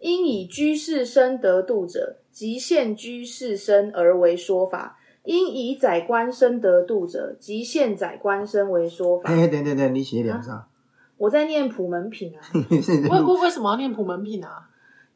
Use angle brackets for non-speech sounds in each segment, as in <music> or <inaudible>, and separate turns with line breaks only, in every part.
应以居士生得度者，即现居士生而为说法；应以宰官生得度者，即现宰官生为说法。
哎，等等等，你写两 <laughs>
啊
啥？
我在念普门品啊，
是 <laughs>
为为为什么要念普门品啊？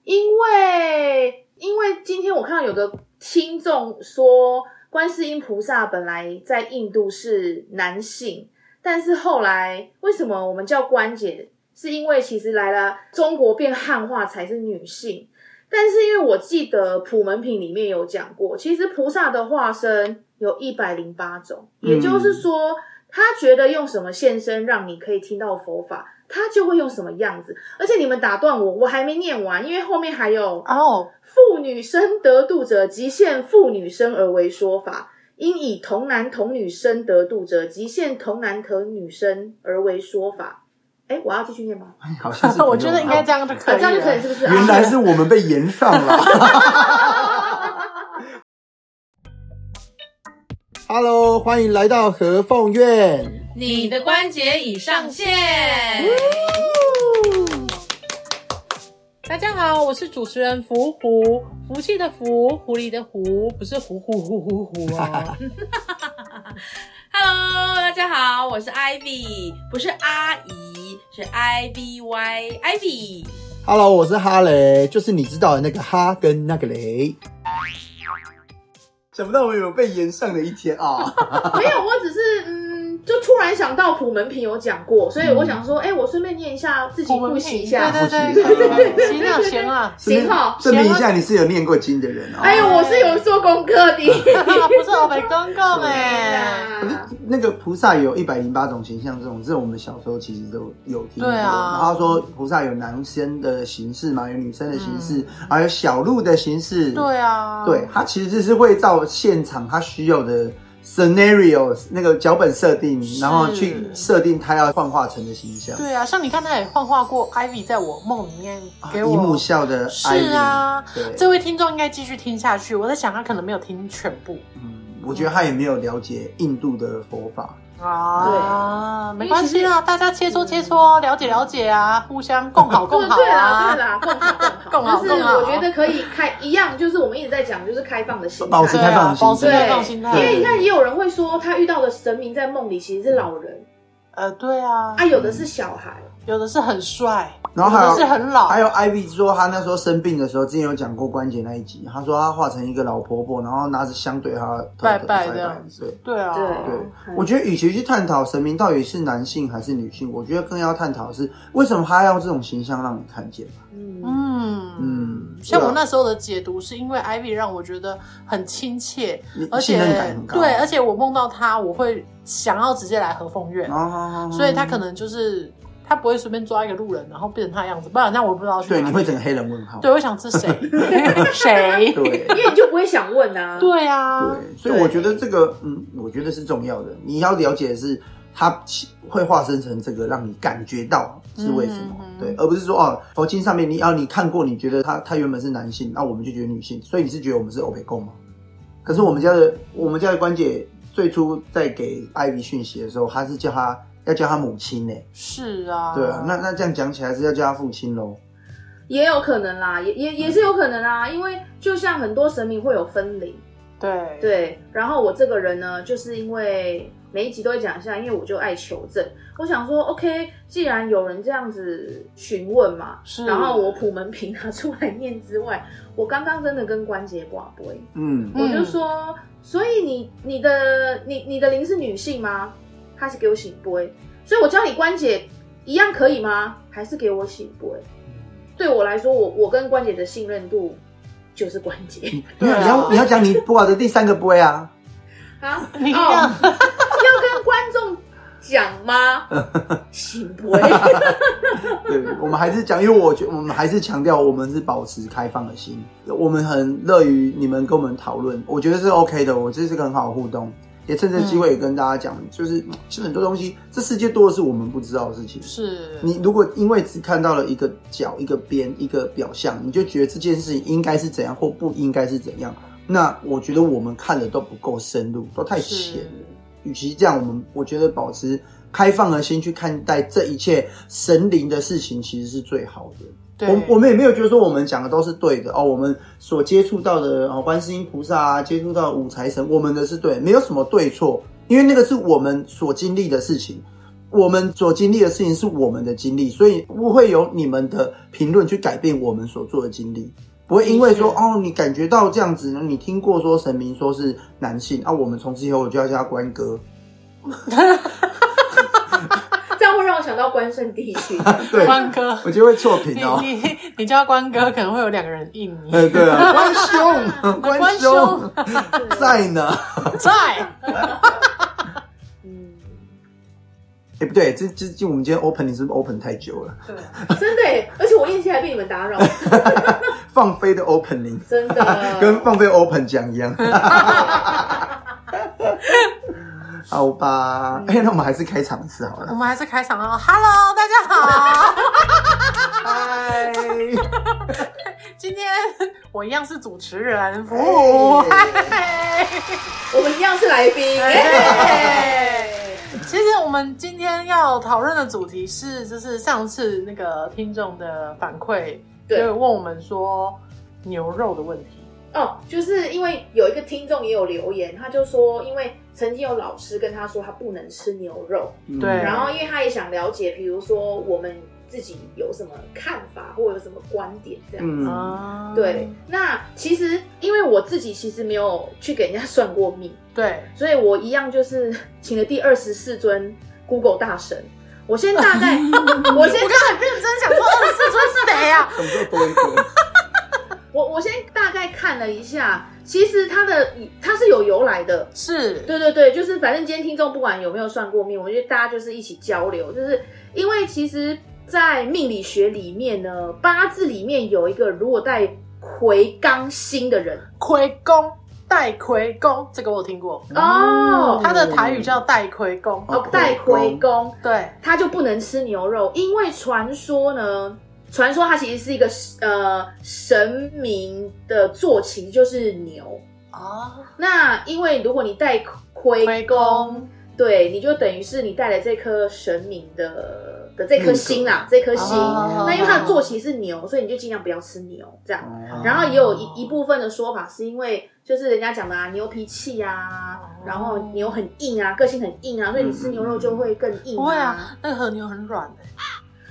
因为因为今天我看到有个听众说，观世音菩萨本来在印度是男性，但是后来为什么我们叫关姐？是因为其实来了中国变汉化才是女性，但是因为我记得普门品里面有讲过，其实菩萨的化身有一百零八种，也就是说。他觉得用什么现身让你可以听到佛法，他就会用什么样子。而且你们打断我，我还没念完，因为后面还有
哦，
妇女生得度者，即现妇女生而为说法；应以童男童女生得度者，即现童男童女生而为说法。哎，我要继续
<laughs>
念吗？
好像是。
<laughs> 我觉得应该这
样。
样就可
啊，
以了，
这样就可以是不是？
原来
啊
是我们被延上了。Hello，欢迎来到和凤苑。
你的关节已上线。
大家好，我是主持人福虎，福气的福，狐狸的狐，不是虎虎虎虎虎 <laughs> 哦。
Hello，大家好，我是 Ivy，不是阿姨，是 I V Y Ivy。
Hello，我是哈雷，就是你知道的那个哈跟那个雷。想不到我有被延上的一天啊！
没有，我只是嗯，就突然想到普门品有讲过，所以我想说，哎、我顺便念一下，自己复习一下。
复
对对
习
对
对对
对，
对
行了 <laughs> 行 <laughs> 哦了，
行好
证明一下你是有念过经的人啊！
哎呦，我是有做功课的。
不是我们公公哎，
啊
那个菩萨有一百零八种形象，这种这我们小时候其实都有听过。
对啊
然后他说菩萨有男生的形式嘛，有女生的形式，还、有小鹿的形式。
嗯对啊，
对，它其实是会照现场它需要的 scenario 那个脚本设定，然后去设定它要幻化成的形象。
对啊，像你看，他也幻化过 Ivy 在我梦里面给
姨母
我。
啊笑的艾琳
是，啊，
对，
这位听众应该继续听下去。我在想，他可能没有听全部
嗯，我觉得他也没有了解印度的佛法。
啊，没关
哦因
系
为嗯
啦，大家切磋切磋，了解了解啊，互相共好共
<laughs>
好
对啦，
啊
对。啦，更好更
更好
好，就是
更好
我觉得可以开一样，就是我们一直在讲，就是开放的心
保持
态。
开放的
对啊保持
心
开
态，
放心态
因为你看，也有人会说他遇到的神明在梦里其实是老人，
呃，对啊
啊，，有的是小孩，
有的是很帅，
然啊后还
有
有
的是很老，
还有 Ivy 说，她那时候生病的时候，之前有讲过关节那一集，她说她化成一个老婆婆，然后拿着香对她头
拜拜
拜
这
拜
样子
对。
对啊，
对
对，我觉得与其去探讨神明到底是男性还是女性，我觉得更要探讨的是为什么他要这种形象让你看见吧。
嗯，
嗯
嗯
像
对啊
我那时候的解读，是因为 Ivy 让我觉得很亲切，
你
而且
信任感很高。啊
对，而且我梦到他，我会想要直接来和凤院，
哦，
所以他可能就是他不会随便抓一个路人，然后变成他的样子，不然那我不知道去
对
哪里
你会整个黑人问号。
对，我想是谁
<laughs>
对
谁。
因为你就不会想问啊。
对啊，
对，所以我觉得这个，嗯，我觉得是重要的。你要了解的是，它其会化身成这个，让你感觉到是为什么，
嗯嗯嗯
对，而不是说哦，佛经上面你要你看过，你觉得它它原本是男性，那我们就觉得女性，所以你是觉得我们是欧北共吗？可是我们家的我们家的关姐最初在给艾比讯息的时候，她是叫她要叫她母亲呢、
是啊，
对啊，那那这样讲起来是要叫她父亲喽，
也有可能啦，也也也是有可能啊，因为就像很多神明会有分灵，
对
对，然后我这个人呢，就是因为每一集都会讲一下，因为我就爱求证。我想说，OK，既然有人这样子询问嘛，
是
然后我普门品拿出来念之外，我刚刚真的跟关节挂杯，
嗯，
嗯
我就说，所以你你的你你的灵是女性吗？他是给我醒杯，所以我教你关节一样可以吗？还是给我醒杯？对我来说，我我跟关节的信任度就是关节
没有、
对啊
你要你要讲你不好的第三个不会啊，
啊。
你一
哦
样，
<laughs> 要跟观众讲
<laughs>
吗？行不会，
对，我们还是讲，因为我觉我们还是强调，我们是保持开放的心，我们很乐于你们跟我们讨论，我觉得是 OK 的，我这是个很好的互动，也趁这个机会也跟大家讲，就是嗯其实很多东西，这世界多的是我们不知道的事情。
是
你如果因为只看到了一个角、一个边、一个表象，你就觉得这件事情应该是怎样或不应该是怎样，那我觉得我们看的都不够深入，都太
是
浅了。与其这样，我们我觉得保持开放的心去看待这一切神灵的事情，其实是最好的。
对
我我们也没有觉得说我们讲的都是对的哦，我们所接触到的哦，观世音菩萨啊，接触到五财神，我们的是对，没有什么对错，因为那个是我们所经历的事情，我们所经历的事情是我们的经历，所以不会有你们的评论去改变我们所做的经历。不会因为说
的
哦，你感觉到这样子，你听过说神明说是男性啊，我们从此以后我就要叫他关哥，
这样会让我想到关圣帝君。
对，
关哥，
我觉得会错评
你
哦。
你你叫关哥，可能会有两个人应你
哎， <laughs> 对啊，关 <laughs> 兄，关哎
关
兄
兄
在 <laughs> 呢。
在。
嗯，
哎，不对，这这这，我们今天 opening 是不是 open 太久了？
对，
真的耶，而且我运气还被你们打扰，
放飞的 opening
真的。
跟放飞 open 讲一样。 <laughs> 好吧，哎，那我们还是开场一次好
我
了。
们还是开场哦，Hello，大家
<laughs>
好，
嗨，
今天我一样是主持人服务。
哦哎
嗨
我们一样是来宾。
哎
耶
其实我们今天要讨论的主题是，就是上次那个听众的反馈，就
对
是问我们说牛肉的问题。
哦，就是因为有一个听众也有留言，他就说，因为曾经有老师跟他说他不能吃牛肉，
对
嗯
然后因为他也想了解，比如说我们自己有什么看法或有什么观点这样。
嗯，
啊，
对，那其实因为我自己其实没有去给人家算过命，
对，
所以我一样就是请了第二十四尊 Google 大神。我先大 <laughs> 概，我先
我刚很认真想说哦二十四岁是谁呀、
什么时候多一个？
我我先大概看了一下，其实它的它是有由来的，
是，
对对对，就是反正今天听众不管有没有算过命，我觉得大家就是一起交流，就是因为其实，在命理学里面呢，八字里面有一个如果带魁罡星的人
魁公戴魁公，这个我有听过，
哦
他的台语叫戴魁公。
哦
哦，带魁
魁
宫，
对，
他就不能吃牛肉，因为传说呢，传说它其实是一个呃神明的坐骑，就是牛。
哦，
那因为如果你带魁
魁
宫
公，
对，你就等于是你带了这颗神明的的这颗星啦，这颗星。
哦
那因为它的坐骑是牛，所以你就尽量不要吃牛这样。
哦
然后也有一一部分的说法是因为就是人家讲的啊，牛脾气啊，
哦
然后牛很硬啊，个性很硬啊，所以你吃牛肉就会更硬、
不会啊，那个和牛很软的、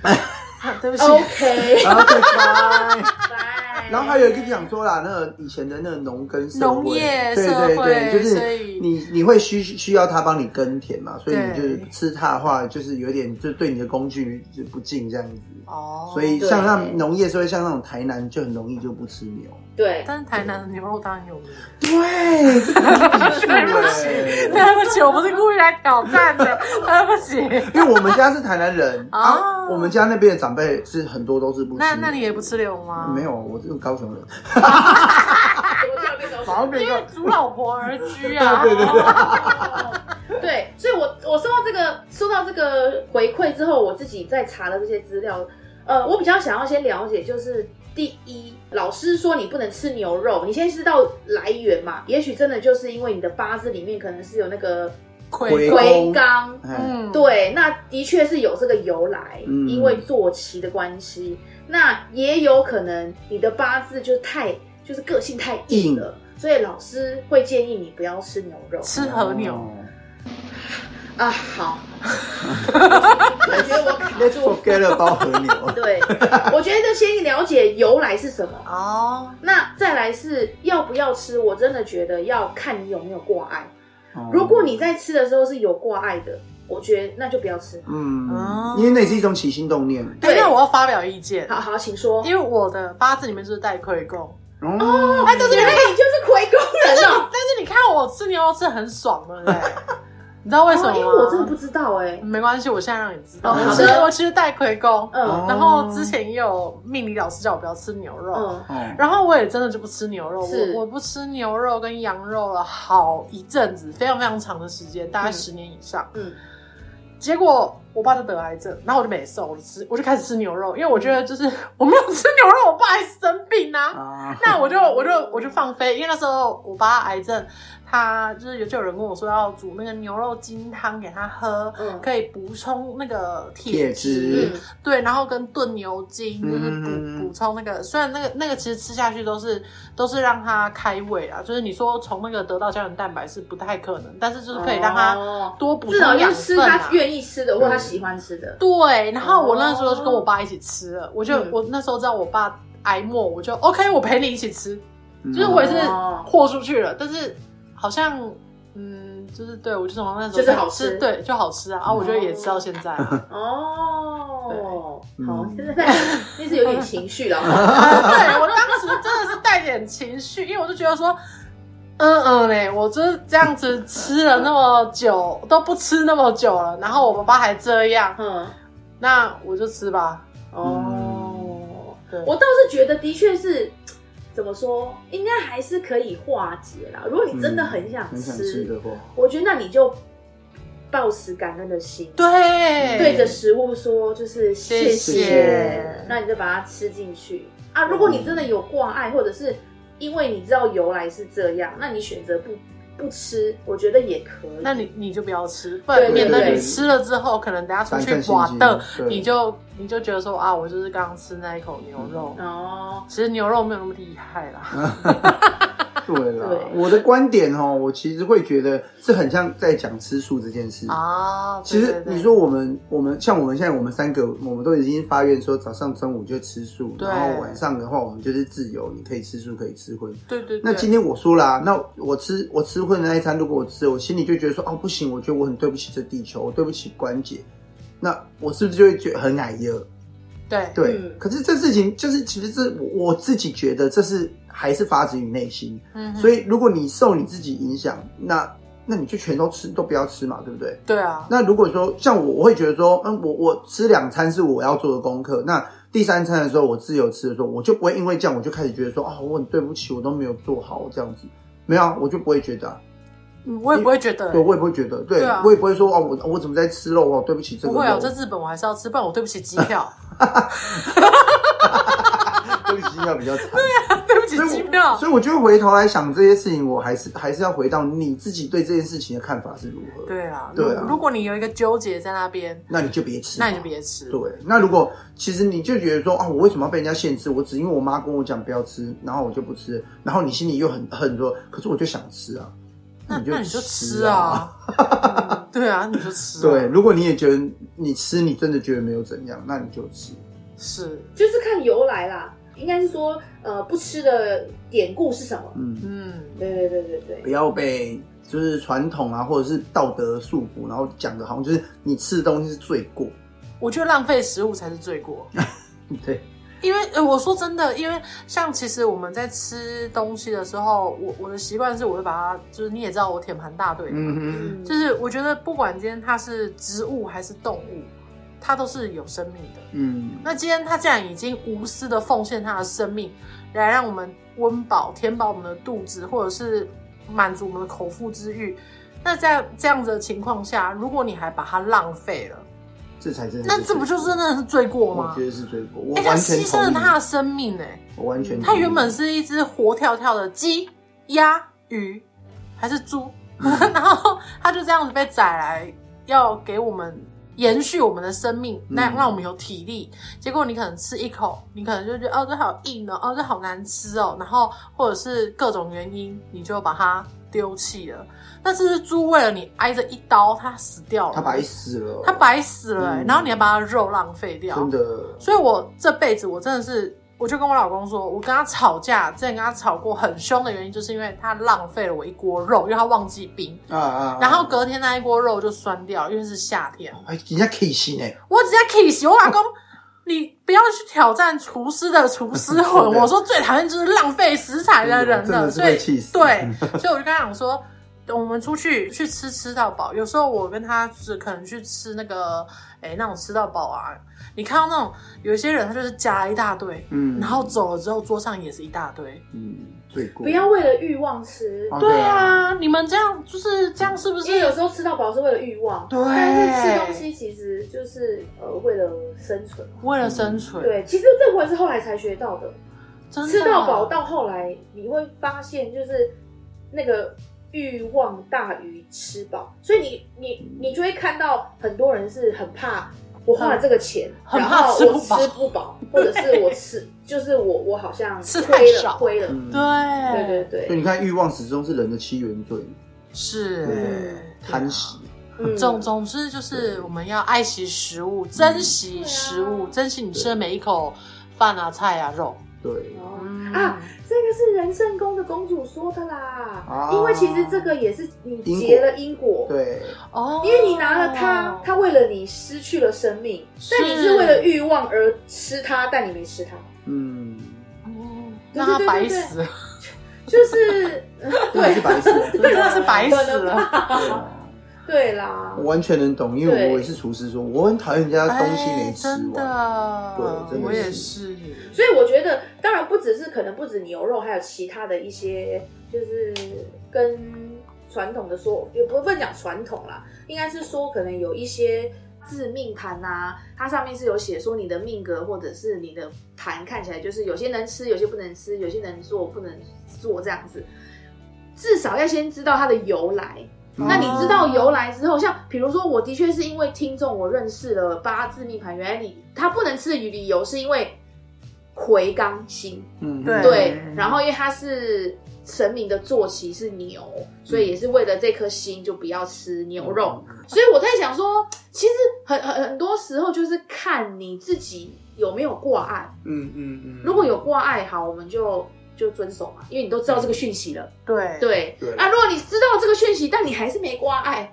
啊对不起，
哦 OK，
然后再啊拜。
拜
<laughs> 然后还有一个讲说啦，那个以前的那个农耕社会，
农业
对
社
对对，
会
就是
所以
你你会需需要他帮你耕田嘛，所以你
对
就是吃它的话，就是有点就对你的工具就不敬这样子。
哦，
所以
对
像那种农业社会，像那种台南就很容易就不吃牛。 <laughs>
对，
但是台南的牛肉当然
<laughs>
有名。
对，这个很奇怪
对不起，对不起，我不是故意来挑战的，对不起。
因为我们家是台南人啊，
<laughs> 哦
我们家那边的长辈是很多都是不吃牛。
那那你也不吃牛吗？
没，有，我是高雄人。
我就要被搞
毛病
因为逐老婆而居
<laughs>
<laughs>
啊。
对对对，
对，所以我我收到这个收到这个回馈之后，我自己在查了这些资料，呃，我比较想要先了解，就是第一，老师说你不能吃牛肉，你先知道来源嘛，也许真的就是因为你的八字里面可能是有那个
魁
魁，
魁
罡
罡，
哎，
<laughs> 嗯，
对，那的确是有这个由来，
嗯
因为坐骑的关系，那也有可能你的八字就太就是个性太硬了，所以老师会建议你不要吃牛肉
吃和牛。
哦
啊。
<laughs>
好，我觉得我卡
Let's
住。
forget about 和牛。
对，我觉得先了解由来是什么，
哦，
那再来是要不要吃。我真的觉得要看你有没有挂碍。
哦
如果你在吃的时候是有挂碍的，我觉得那就不要吃。
嗯
哦，
因为那是一种起心动念。
对
对，哎那我要发表意见，
好好，请说。
因为我的八字里面就是带魁公，
哦，
哎，但是你
原来
看，
你就是魁工
但是
人
你
哦、
但是你看我吃牛肉吃很爽，对不对？
<laughs>
你知道为什么吗？
哦因为我真的不知道哎、
没关系，我现在让你知道。
哦好的
我其实我其实带魁公，
嗯
哦
然后之前也有命理老师叫我不要吃牛肉，
嗯，
哦
然后我也真的就不吃牛肉，
是
我我不吃牛肉跟羊肉了好一阵子，非常非常长的时间，大概
嗯
十年以上。
嗯，
结果我爸就得癌症，然后我就没瘦，我就吃，我就开始吃牛肉，因为我觉得就是我没有吃牛肉，我爸还生病啊。
啊，
那我就我就我就放飞，因为那时候我爸癌症，他就是有就有人跟我说要煮那个牛肉精汤给他喝，
嗯
可以补充那个铁
铁
质，
质
对，然后跟炖牛筋就是
嗯
补补充那个，虽然那个那个其实吃下去都是都是让他开胃啊，就是你说从那个得到胶原蛋白是不太可能，但是就是可以让他
哦
多补
至
充
少就
养
是吃
分啊。
他愿意吃的或他喜欢吃的。
对，然后我那时候就跟我爸一起吃了，我就、
哦嗯
我那时候知道我爸癌末，我就 OK，我陪你一起吃。就是我也是
哦
豁出去了，但是好像嗯，就是对我就从那时候
就是好吃
对，就好吃啊，啊，我觉得也吃到现在，啊
哦，
对
好，
嗯
现在那是有点情绪了
<laughs>
哈。
对我当时真的是带点情绪，因为我就觉得说。嗯嗯嘞，我就是这样子吃了那么久，都不吃那么久了，然后我爸爸还这样，
嗯，
那我就吃吧。
哦，
对
我倒是觉得的确是。怎么说？应该还是可以化解啦。如果你真的很想
嗯
很想吃
吃，
的话，
我觉得那你就抱持感恩的心，
对
对着食物说就是谢
谢
谢
那你就把它吃进去啊。如果你真的有挂碍，或者是因为你知道由来是这样，那你选择不不吃，我觉得也可以。
那你你就不要吃，不然
对
免得
对
你
对
吃了之后，可能等下出
胆
去
战
刮
心
的，
惊，
你就你就觉得说啊，我就是刚刚吃那一口牛肉，
哦，
其实牛肉没有那么厉害啦。
对啦
对。
我的观点哦，我其实会觉得是很像在讲吃素这件事。
啊，
其
对
实
对对
你说我们我们像我们现在我们三个，我们都已经发愿说早上中午就吃素，
对
然后晚上的话我们就是自由，你可以吃素可以吃荤。
对对对，
那今天我说啦、那我吃我吃荤的那一餐，如果我吃了，我心里就觉得说哦不行，我觉得我很对不起这地球，我对不起关节，那我是不是就会觉得很矮热？
对
对，
嗯
可是这事情就是其实这我我自己觉得这是还是发自于内心，
嗯哼
所以如果你受你自己影响，那那你就全都吃都不要吃嘛，对不对？
对啊，
那如果说像我，我会觉得说，嗯，我我吃两餐是我要做的功课，那第三餐的时候我自由吃的时候，我就不会因为这样我就开始觉得说，哦，我很对不起，我都没有做好这样子，没有、啊，我就不会觉得、啊，
嗯我也不会觉得、
对我也不会觉得，对
对啊
我也不会说，哦，我我怎么在吃肉，哦，对不起这
不
个
会啊，
肉，
我在日本我还是要吃，不然我对不起机票，
<laughs> 对不起要比较惨。
<laughs> 对啊不起
所以
机
我
票。
所以我就回头来想这些事情，我还是还是要回到你自己对这件事情的看法是如何。，
对啊，
对啊
如如果你有一个纠结在那边，
那你就别吃，
那你就。别吃。
对，那如果其实你就觉得说啊，我为什么要被人家限制？我只因为我妈跟我讲不要吃，然后我就不吃，然后你心里又很恨说，可是我就想吃啊，
那
就
那你就
吃
吃。啊，嗯对啊，你就吃、
<laughs>
啊。
对，，如果你也觉得你吃你真的觉得没有怎样，那你就吃。
是，
就是看由来啦，应该是说呃不吃的典故是什么？
嗯，
嗯，
对对对对
不
对，
要被就是传统啊，或者是道德束缚，然后讲的好像就是你吃的东西是罪过。 <laughs>
我觉得浪费食物才是罪过。
对，
因为、呃、我说真的，因为像其实我们在吃东西的时候，我我的习惯是我会把它，就是你也知道我铁盘大队的嘛，
嗯
嗯
就是我觉得不管今天它是植物还是动物，它都是有生命的。
哼，嗯。
那今天它既然已经无私的奉献它的生命，来让我们温饱、填饱我们的肚子，或者是满足我们的口腹之欲，那在这样子的情况下，如果你还把它浪费了，
这才真的罪过。
那这不就真的是罪过
我
吗
觉？得是罪过，我
哎、它
完全
牺牲了
同意。
它的生命、哎。
我完全同意，
它原本是一只活跳跳的鸡、鸭、鱼还是猪， <laughs> 然后它就这样子被宰来，要给我们延续我们的生命，那
嗯
让我们有体力。结果你可能吃一口，你可能就觉得哦这好硬哦，哦这好难吃哦，然后或者是各种原因，你就把它丢弃了。但是猪为了你挨着一刀，它死掉了，
他白，死了，
它白死了、欸
嗯
然后你还把它肉浪费掉，
真的，
所以我这辈子我真的是，我就跟我老公说，我跟他吵架，之前跟他吵过很凶的原因，就是因为他浪费了我一锅肉，因为他忘记冰，
啊啊，
然后隔天那一锅肉就酸掉，因为是夏天。
哎，人家 K 心哎，
我直接 kiss 我老公，你不要去挑战厨师的厨师
<laughs>
魂。
对
我说最讨厌就是浪费食材的哎人
真的
了，
是
所以
会气死
对，所以我就跟他讲说。我们出去去吃吃到饱，有时候我跟他是可能去吃那个，哎、那种吃到饱啊。你看到那种有些人他就是夹了一大堆，
嗯，
然后走了之后桌上也是一大堆，
嗯，罪过。
不要为了欲望吃，
哦
对，啊，你们这样就是这样，是不
因为有
是？
时候吃到饱是为了欲望，
对
但是吃东西其实就是呃为了生存嘛。
为了生存，
对，其实这我也是后来才学到的。
真的啊
吃到饱到后来，你会发现就是那个欲望大于吃饱，所以你你你就会看到很多人是很怕我花了这个钱，
很
然
很怕
后
吃
我
不饱
吃不
<laughs>
饱，或者是我吃就是我我好像
吃嗯太
亏了
少
亏了，
嗯
对
对对对，
所以你看，欲望始终是人的七原罪，
是
对，贪食。
啊
嗯
总总之就是我们要爱惜食物，珍惜食物，
对啊
珍惜你吃的每一口饭啊、菜啊、肉。
对，
哦
嗯
啊，这个是人圣宫的公主说的啦，
啊
因为其实这个也是你结了因果，，
对，
哦，
因为你拿了它，它为了你失去了生命，
是
但你是为了欲望而吃它，但你没吃它，
嗯，
嗯
对
让它
对对
白
对对
<laughs> 死了，
就是嗯
真的是白痴，
<laughs> 真的是白死
对
了。
啊
对啦
我，完全能懂，因为
对
我也是厨师说我很讨厌人家东西
哎
没吃完。
真的，
对真的
我也是
是。
所以我觉得当然不只是可能不止牛肉，还有其他的一些就是跟传统的说，也不不能讲传统啦，应该是说可能有一些字命盘呐、它上面是有写说你的命格或者是你的盘看起来就是有些能吃，有些不能吃，有些能做不能做这样子。至少要先知道它的由来。
嗯
那你知道由来之后，像比如说，我的确是因为听众，我认识了八字命盘，原来你它不能吃的理由是因为魁罡星，
嗯，
对
对
嗯，
然后因为它是神明的坐骑是牛，所以也是为了这颗星就不要吃牛肉。
嗯
所以我在想说，其实很很很多时候就是看你自己有没有挂碍。
嗯嗯嗯，
如果有挂碍，好，我们就就遵守嘛，因为你都知道这个讯息了。
嗯对，
对
对
啊，如果你知道这个讯息，但你还是没挂碍，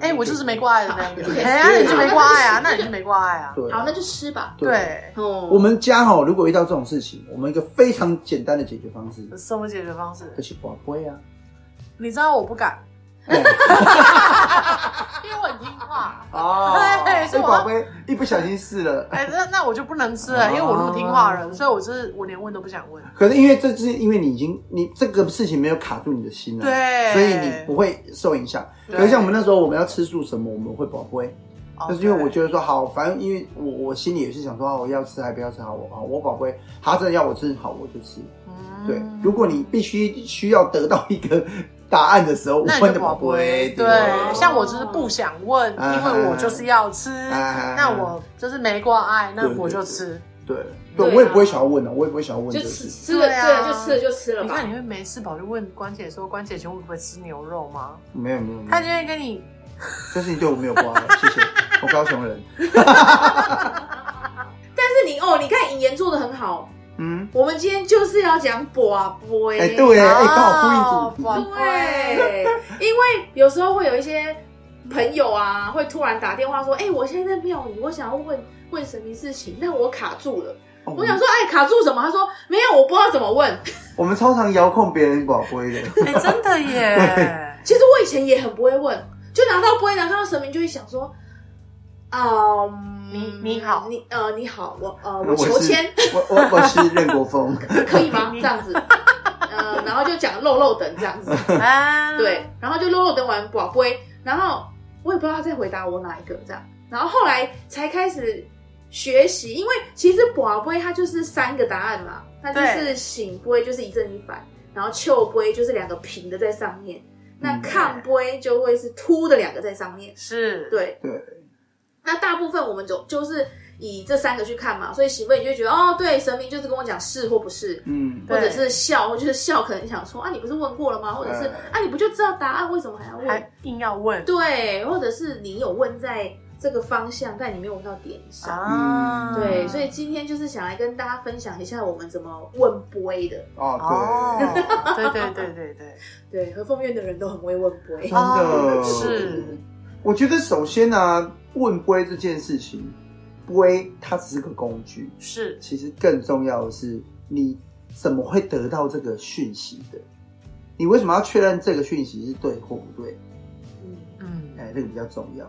哎，我就是没挂碍的那 <laughs> 一个，
对
哎，那你就没挂碍啊，
对
那你就没挂碍啊。
对
好，那就吃吧。
对。
对，
哦，
我们家哈，如果遇到这种事情，我们一个非常简单的解决方式，
什么解决方式？
就是宝贝
<laughs>
啊，哎
你知道我不敢，
对
因为我很听话。
哦
对是
所以
我
宝贝一不小心试了，
哎，那那我就不能吃
啊
了，因为我那么听话的人，所以我就是我连问都不想问。
可是因为这是因为你已经你这个事情没有卡住你的心了，，
对，
所以你不会受影响。
对
可是像我们那时候我们要吃素什么，我们会宝贝，
哦，
但是因为我觉得说好，反正因为我我心里也是想说，啊我要吃还不要吃好，我好我宝贝，他真的要我吃好我就吃。
嗯
对，如果你必须需要得到一个答案的时候，我
那你
问
就
的
宝
宝贝，
贝对，像我就是不想问，
啊
因为我就是要吃，
啊
那我就是没挂碍，那
对对
我就吃。
对
对啊
对，我也不会想要问的，啊我也不会想要问这
就
个
吃
事情。
吃了，
对啊
对，就吃了就吃了
你
吧
看，。你会没事跑去问关姐说，关姐，请问我可不可以吃牛肉吗？
没有没有，没
她
有
就会跟你，
这事情对我没有关系，谢谢。我高雄人，
但是你哦，你看引言做的很好，
嗯，
我们今天就是要讲啊卜卜
哎，对，哎，刚好
哦
呼应主题。
宝贝
对，因为有时候会有一些朋友啊，会突然打电话说：“哎、我现在在庙里，我想要问问神明事情，但我卡住了。”
哦
我想说：“哎，卡住什么？”他说：“没有，我不知道怎么问。
我们超常遥控别人宝贝的，
哎，真的耶”，
其实我以前也很不会问，就拿到不会拿到神明，就会想说：“啊、嗯，
你你好
你呃，你好，我呃，我
我
求
是
签
我我我是任国峰，
可以吗？”
你
这样子，呃，然后就讲漏漏等这样子。
啊，
对，，然后就漏漏等完宝贝，然后我也不知道他在回答我哪一个这样，然后后来才开始学习，因为其实宝贝它就是三个答案嘛，它就
对
是醒杯就是一正一反，然后丘杯就是两个平的在上面，那
嗯
看杯就会是凸的两个在上面，
是，，
对
对。
那大部分我们就就是以这三个去看嘛，所以醒杯你就会觉得哦，对，神明就是跟我讲是或不是，
嗯，
或者
对
是笑，就是笑，可能想说啊，你不是问过了吗？或者是
嗯
啊，你不就知道答案，为什么还要问？
还硬要问
对，或者是你有问在这个方向，但你没有问到点上。
嗯
啊，
对，所以今天就是想来跟大家分享一下我们怎么问 boy 的。
哦，对，
哦，对对对对对，
对，和凤院的人都很会问 boy。
真的
哦是。
我觉得首先呢、啊，问杯这件事情，杯它只是个工具，
是，
其实更重要的是，你怎么会得到这个讯息的？你为什么要确认这个讯息是对或不对？
嗯，
哎，这个比较重要。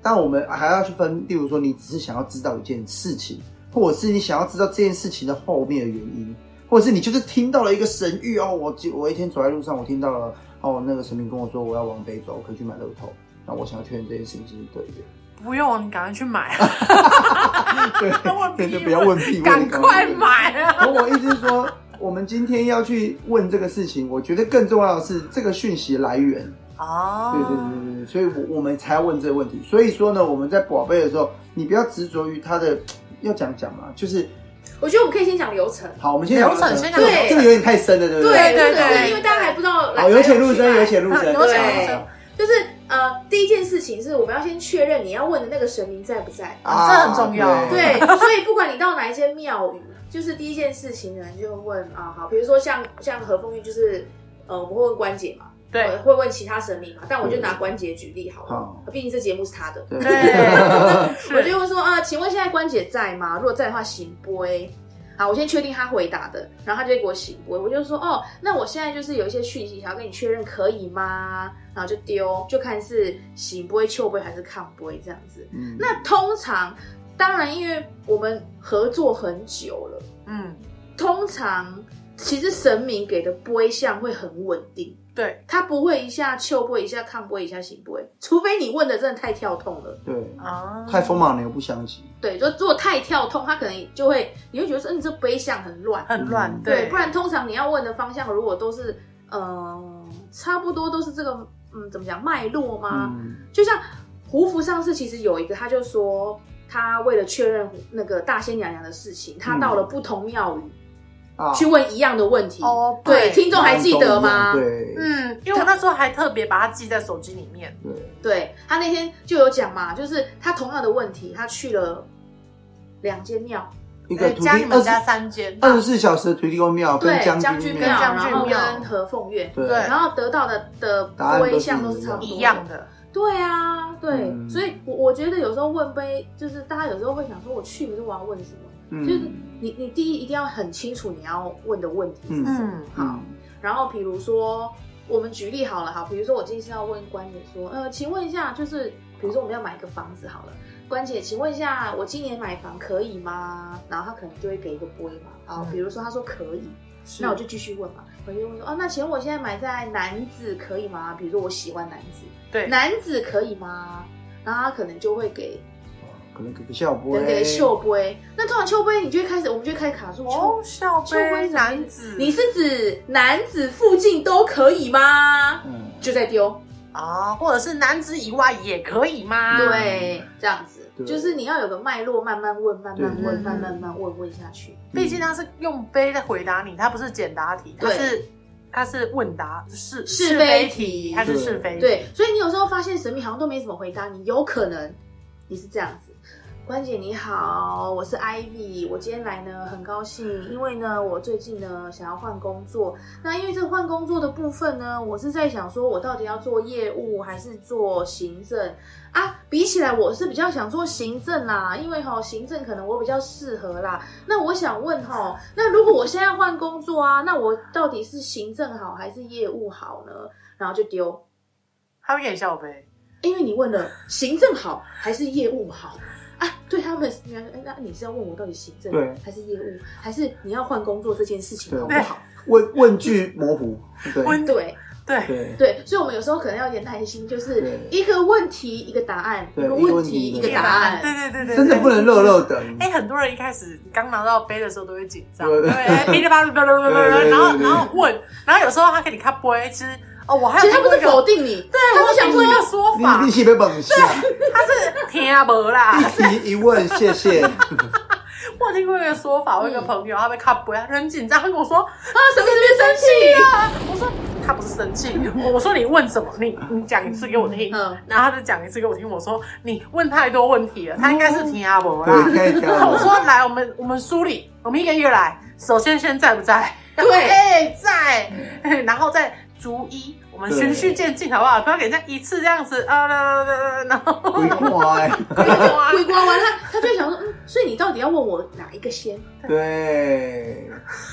但我们还要去分，例如说，你只是想要知道一件事情，或者是你想要知道这件事情的后面的原因，或者是你就是听到了一个神谕哦，我记我一天走在路上，我听到了哦，那个神明跟我说我要往北走，我可以去买乐透，那我想要确认这件事情是不是对
<laughs>
的。
不用，你赶快去买，
啊对，
问
就
屁
不要问屁，
赶快
买。
买啊！
而我一直说，我们今天要去问这个事情，我觉得更重要的是这个讯息来源。
哦，
对对对对对，所以我我们才要问这个问题。所以说呢，我们在宝贝的时候，你不要执着于它的，要讲讲嘛，就是
我觉得我们可以先讲流程，
好，我们先讲
流程
这个
先讲
对
这个有点太深了，对不
对对
真的
对
因为大家还不知道来
好，有请入
来
深，
龙
有
去脉
请入深，
有
请入
好
深
好好
就是呃，第一件事情是我们要先确认你要问的那个神明在不在。
啊这很重要
对，所以不管你到哪一些庙宇，就是第一件事情呢，你就问啊，好，比如说像像和风玉，就是呃，我们会问关节嘛，
对
呃会问其他神明嘛，但我就拿关节举例好
好
了，毕竟这节目是他的，
对
<laughs>
对
我就会说啊、呃请问现在关姐在吗？如果在的话，行不？好，我先确定他回答的，然后他就会给我行不？我就说哦，那我现在就是有一些讯息想要跟你确认，可以吗？然后就丢，就看是行不？秋不？还是抗不？这样子。
<laughs> 嗯
那通常，当然，因为我们合作很久了，
嗯，
通常其实神明给的波项会很稳定，
对
它不会一下秋波一下抗波一下行波，除非你问的真的太跳痛了。
对，
啊，
太锋芒了，又不相及。
对，就如果太跳痛，他可能就会，你会觉得说，嗯，这杯相很乱，
很乱，
对，不然通常你要问的方向如果都是，呃，差不多都是这个，嗯，怎么讲脉络
啊
吗？
嗯，
就像胡服上次其实有一个，他就说他为了确认那个大仙娘娘的事情，
嗯
他到了不同庙宇、
啊
去问一样的问题。
哦，
对，听众还记得吗？
对，
嗯，因为我那时候还特别把它记在手机里面，
对，
对他那天就有讲嘛，就是他同样的问题，他去了两间庙，
一个
哎
土
加你
地
们
二
家
十
三间，
二十四小时的土地公庙跟
对，
将
将军庙，
军
跟
然
将军
后
庙
跟和凤院，
对
对
然后得到的的
答案都是
归项都是差不多
一样。的，
对啊，对，
嗯
所以我我觉得有时候问杯，就是大家有时候会想说，我去可是我要问什么？就是
嗯
你你第一一定要很清楚你要问的问题是什么。
嗯，
好，然后比如说我们举例好了，好，比如说我今天是要问关姐说，呃，请问一下，就是比如说我们要买一个房子好了。关姐，请问一下，我今年买房可以吗？然后他可能就会给一个杯嘛。好，
嗯
比如说他说可以，那我就继续问嘛，我就问说，哦，那请问我现在买在男子可以吗？比如说我喜欢男子，
对
男子可以吗？然后他可能就会给
可能给个效
可
果，
能给秀杯，那通常秀杯你就会开始，我们就会开始卡住
哦
秋，，
校杯男子，
你是指男子附近都可以吗？
嗯，
就在丢，
啊，或者是男子以外也可以吗？
对，这样子
对
就是你要有个脉络，慢慢问，慢慢问，
对
慢慢慢慢问问下去。
毕竟他是用杯在回答你，他不是简答题，他
对
是他是问答是
是
非
非题
他是是非题，
对，所以你有时候发现神秘好像都没怎么回答你，有可能你是这样子。关姐你好，我是 Ivy，我今天来呢很高兴，因为呢我最近呢想要换工作，那因为这个换工作的部分呢，我是在想说我到底要做业务还是做行政啊？比起来我是比较想做行政啦，因为哈、行政可能我比较适合啦。那我想问哈、那如果我现在换工作啊，那我到底是行政好还是业务好呢？然后就丢，
他会给你校杯，
因为你问了行政好还是业务好啊？对他们，你来说哎，那你是要问我到底行政
对
还是业务，还是你要换工作这件事情
对
好不好？
问问句模糊，对
问
对
对
对
对，所以我们有时候可能要有点耐心，就是
对
一个问题一个答案，
对
一个
一个问
问
题
题
一
一
个
个
答
答
案，
案。
对对对对，
真的不能
漏
肉
漏。
肉等，
哎，很多人一开始刚拿到杯的时候都会紧张，
对
对，
对
哎噼里啪啦，然后然后问，然后有时候他给你看杯，其实哦，我还
其
有
实他不
听过一
是
个
否，定你，
对，
他
我
是想说啊
一个说法
你你，是被绑下，
他是听不啦，
一提一问，谢谢。
我有听过一个说法，我有一个朋友，他被卡不，他很紧张，他跟我说
啊，什么这边生气？啊
我说他不是生气，我说你问什么？你你讲一次给我听。
嗯
然后他就讲一次给我听。我说你问太多问题了，他应该是听阿伯啦。
<laughs> 对，可以
然后我
可
说来，我们我们梳理，我们一个一个来。首先先在不在？
对
哎、在，嘿然后再逐一，我们
对
循序渐进，好不好？不要给人家一次这样子啊啦啦啦啦，然后
<laughs>
以，鬼啊怪，
鬼瓜完他，他就会想说，嗯，所以你到底要问我哪一个先？
对，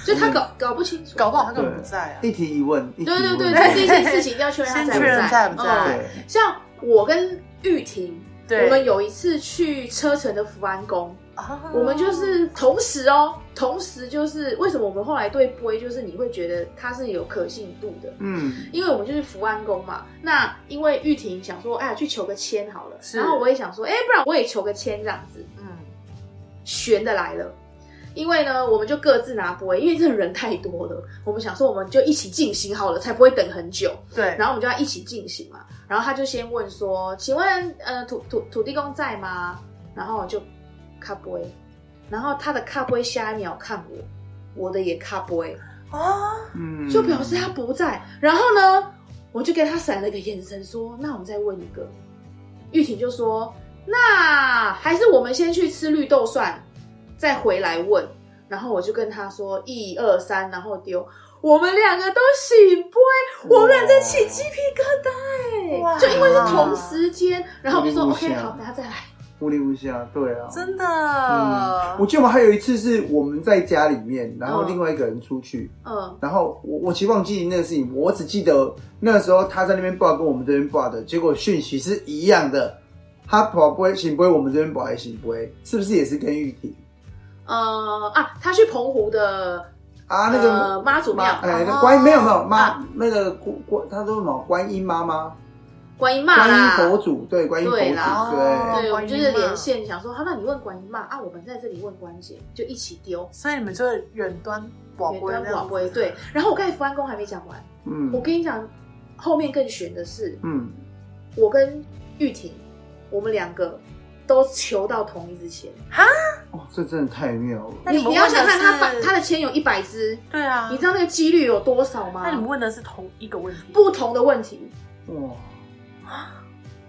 就他搞嗯搞不清楚，
搞不好他根本不在啊。
一提一问，一提一
对对对，
问
这是一件事情一定要确认他
先
在不
确认在不
在
在
嗯
对，
像我跟玉婷，
对
我们有一次去车城的福安宫，
啊
我们就是同时哦，同时就是为什么我们后来对杯就是你会觉得它是有可信度的，
嗯，
因为我们就是福安宫嘛。那因为玉婷想说，哎呀，去求个签好了，
是
然后我也想说，哎，不然我也求个签这样子，
嗯
悬的来了。因为呢，我们就各自拿杯，因为这人太多了，我们想说我们就一起进行好了，才不会等很久。
对，
然后我们就要一起进行嘛。然后他就先问说：“请问，呃，土土土地公在吗？”然后我就卡波，然后他的卡波下一秒看我，我的也卡波，
啊，
嗯
就表示他不在。然后呢，我就给他闪了个眼神说：“那我们再问一个。”玉婷就说：“那还是我们先去吃绿豆蒜，再回来问。”然后我就跟他说：“一二三，然后丢。”我们两个都醒不我们俩在起鸡皮疙瘩
哇
哎，就因为是同时间，然后我们就说
同一
OK
天
好，等下再来。
孤立无下，对啊，
真
嗯
的，
我记得我们还有一次是我们在家里面，然后
嗯
另外一个人出去，
嗯，
然后我我其实忘记那个事情，我只记得那个时候他在那边挂跟我们这边挂的，结果讯息是一样的。他跑不会行不会，我们这边跑也行不会，是不是也是跟玉婷
呃啊，他去澎湖的
啊？那
呃
个
妈祖庙，
妈哎，那
哦
观音没有没有妈
啊
那个观观，他说什么观音妈妈，
观音妈
观音佛
啦。
祖对观音佛祖
对啦
对，
对，我们就是
观音妈
连线，想说好，那你问观音妈啊，我们在这里问关节，就一起丢。
所以你们就是远端宝
远
贝
端
那
广
样
播对，然后我刚才福安宫还没讲完，我
嗯
跟你讲，后面更悬的是，
嗯，
我跟玉婷，我们两个都求到同一支签。
哦，这真的太妙了，
那
你
你们
要
问的
想看他
是
把他的签有一百支，
对啊
你，知道那个几率有多少吗？
那你们问的是同一个问题，
不同的问题，
哇，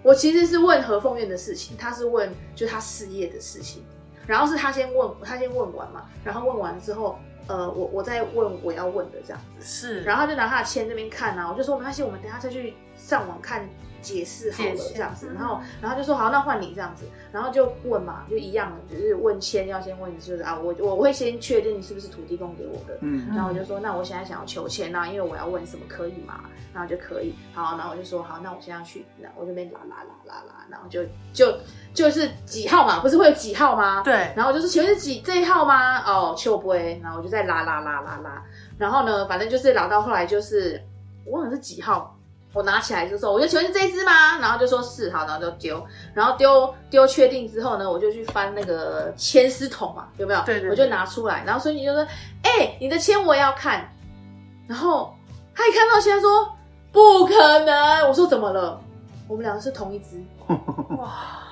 我其实是问何凤燕的事情，他是问就是他事业的事情，然后是他先问他先问完嘛，然后问完之后，呃，我我再问我要问的这样，
是，
然
后
后他就拿他的签那边看啊，我就说没关系，我们等一下再去上网看解释好了
解释嗯
这样子，然后然后就说好，那换你这样子，然后就问嘛，就一样的，就是问签要先问就是啊，我我会先确定是不是土地公给我的，
嗯
然后我就说，那我现在想要求签啊，因为我要问什么可以吗？然后就可以，好，然后我就说好，那我现在去，那我就边拉拉拉拉拉，然后就就就是几号嘛，不是会有几号吗？。
对，
然后我就是请问是几这一号吗？哦，秋波，然后我就再拉拉拉拉拉，然后呢，反正就是拉到后来就是我忘了是几号。我拿起来就说，我就请问是这一只吗？然后就说是，好，然后就丢，然后丢丢确定之后呢，我就去翻那个签丝筒嘛，有没有？
对对对
我就拿出来，然后孙女就说，哎、你的签我也要看，然后他一看到签他说不可能，我说怎么了？我们两个是同一只，
哇，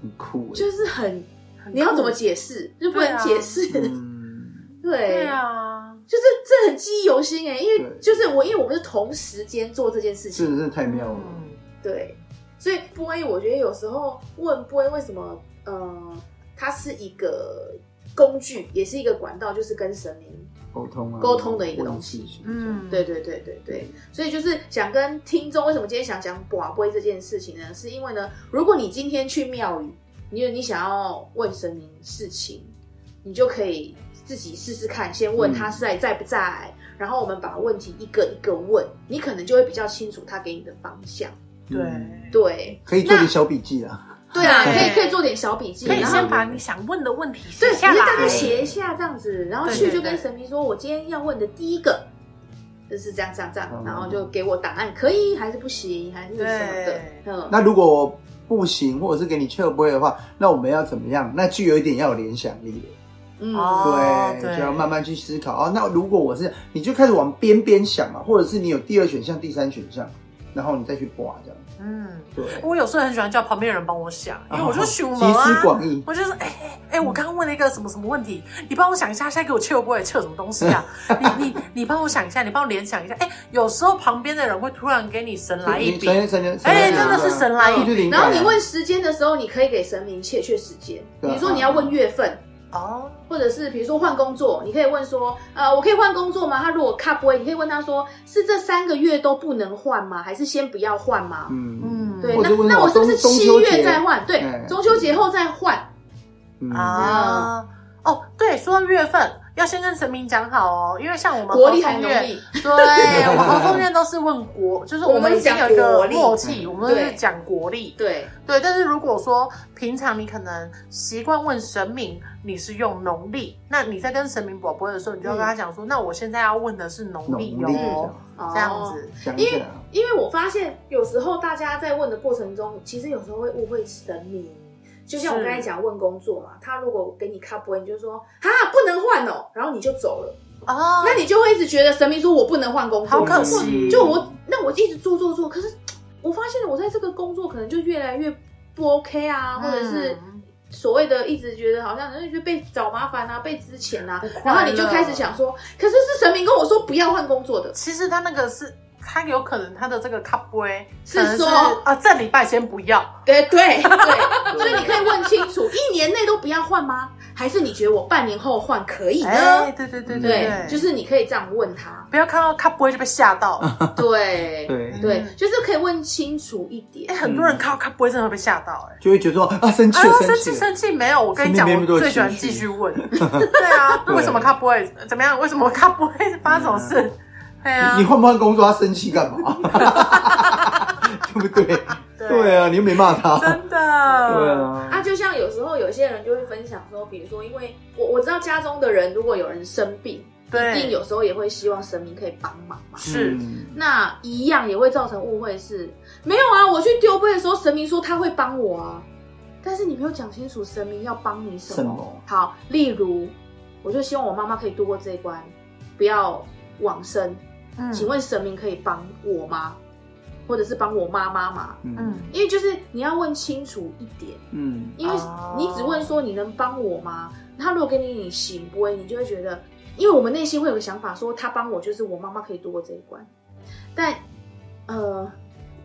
很酷哎，
就是很
很
你要
酷
怎么？解释？就不能
啊
解释，
嗯，
对
对啊，
就是这很记忆犹新哎，因为
对
就是我，因为我们是同时间做这件事情，
真的是太妙了，
嗯
对，所以波恩我觉得有时候问波恩为什么，呃，它是一个工具，也是一个管道，就是跟神明，
沟通啊，
沟通的一个东西
问事情，
嗯，
对对对对对，所以就是想跟听众，为什么今天想讲卜龟这件事情呢？是因为呢，如果你今天去庙宇，你你想要问神明事情，你就可以自己试试看，先问
嗯
他在在不在，然后我们把问题一个一个问，你可能就会比较清楚他给你的方向。
嗯
对，
对
可以做点小笔记啊。
对啊，
对
可以可以做点小笔记，
可以
然后
先把你想问的问题
对，
写
你就
下来，
大概写一下这样子，然后
对
去
对
就
对
跟神明说，我今天要问的第一个就是这样这样这样
嗯，
然后就给我档案，可以还是不行，还是什么的
对，
嗯，
那如果不行，或者是给你撤不会的话，那我们要怎么样？那具有一点要有联想力了，
嗯
哦
对，
对
就要慢慢去思考哦。那如果我是，你就开始往边边想嘛，或者是你有第二选项、第三选项，然后你再去刮这样子。
嗯，
对，
我有时候很喜欢叫旁边人帮我想，因为
哦
我就熊
集
猫啊
思。广益，
我就说，哎哎哎，我刚刚问了一个什么什么问题，你帮我想一下，现在给我切不会切什么东西啊？你你你帮我想一下，你帮我联想一下。哎，有时候旁边的人会突然给你神来一笔，
神神神，
哎，真的是神来一笔
就灵
然
感
后
啊。
你问时间的时候，你可以给神明确确时间，比
对啊
如说你要问月份，
哦，
或者是比如说换工作，你可以问说，呃，我可以换工作吗？他如果 cut 不会，你可以问他说，是这三个月都不能换吗？还是先不要换吗？
嗯
嗯，
对，
或
那
者问
那
我
我是不是
中
七
中秋节
月再换？对
哎，
中秋节后再换。
嗯
啊啊，哦，对，说到月份，要先跟神明讲好哦，因为像我们
国力
和
还
风
农
院，
历， <laughs>
对，我们和风院都是问国，就是我们已经有一
我们讲国
个
力
默契，我们都是
对
讲国力。
对，
对，但是如果说平常你可能习惯问神明，你是用农历，那你在跟神明宝贝的时候，你
嗯
就要跟他讲说，那我现在要问的是农
农
历
历
哦，这样
哦。
子。
讲一下，
因为我发现有时候大家在问的过程中，其实有时候会误会神明。就像我
是
刚才讲问工作嘛，他如果给你 cup one，你就说啊不能换哦，然后你就走了，
哦，
那你就会一直觉得神明说我不能换工作，
好可
嗯
惜，
就我那我一直做做做，可是我发现我在这个工作可能就越来越不 OK 啊，或者是
嗯
所谓的一直觉得好像就觉得被找麻烦啊，被之前啊，
快乐
然后你就开始想说，可是是神明跟我说不要换工作的，
其实他那个是。他有可能他的这个 cup way
是
可能
说
啊，这礼拜先不要，
对对对， <laughs> 所以你可以问清楚，一年内都不要换吗？还是你觉得我半年后换可以
哎，
呢？
对对对
对
对，，
就是啊你可以这样问 <laughs> 他，
不要看到 cup way 就被吓到，
对
对，
对
嗯，
就是可以问清楚一点
哎，。很多人看到 cup way 真的会被吓到，哎，
就会觉得说啊
<laughs>
生气
哎
了
呦，
生
生
气
气
了，
生气没有，我跟你讲，
身边
我最喜欢
没那么多情绪
继续问。
<laughs>
对啊，
对
为什么他不会怎么样？为什么他不会发生什么事？对啊
嗯你，换不换工作他生气干
<laughs>
嘛？对不对？对啊，你又没骂他，
真
对
的，对，
啊，
啊，就像有时候有些人就会分享说，比如说，因为我我知道家中的人如果有人生病，一定有时候也会希望神明可以帮忙嘛。
是
嗯
那一样也会造成误会是，没有啊，我去丢杯的时候，神明说他会帮我啊，但是你没有讲清楚神明要帮你什么。
什么
好，例如，我就希望我妈妈可以度过这一关，不要往生。
嗯
请问神明可以帮我吗？或者是帮我妈妈吗？
嗯
嗯，
因为就是你要问清楚一点。
嗯，
因为
哦
你只问说你能帮我吗？他如果给你行不会，你就会觉得，因为我们内心会有个想法说，他帮我就是我妈妈可以度过这一关。但呃，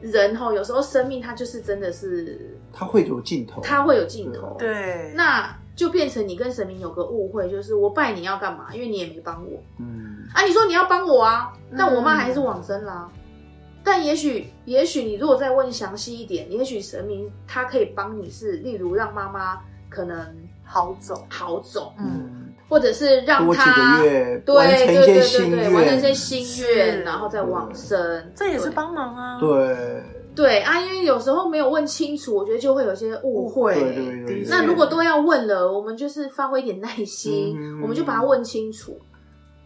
人哈，有时候生命它就是真的是
他会有尽头，
它会有尽头，，
对，
那就变成你跟神明有个误会，就是我拜你要干嘛？因为你也没帮我
嗯，
啊，你说你要帮我啊，但我妈
嗯
还是往生啦。但也许，也许你如果再问详细一点，也许神明他可以帮你是，例如让妈妈可能
好走，
好走，
嗯，
嗯，
或者是让
多几
他
个月
对
完成一
对
些
对
心
对对，完成一些
愿，
心
是
愿，然后再往生，
这也是
对
帮忙啊，
对，
对啊，因为有时候没有问清楚，我觉得就会有些误会。
对对对，
那如果都要问了，我们就是发挥一点耐心，<laughs>
嗯
我们就把它问清楚。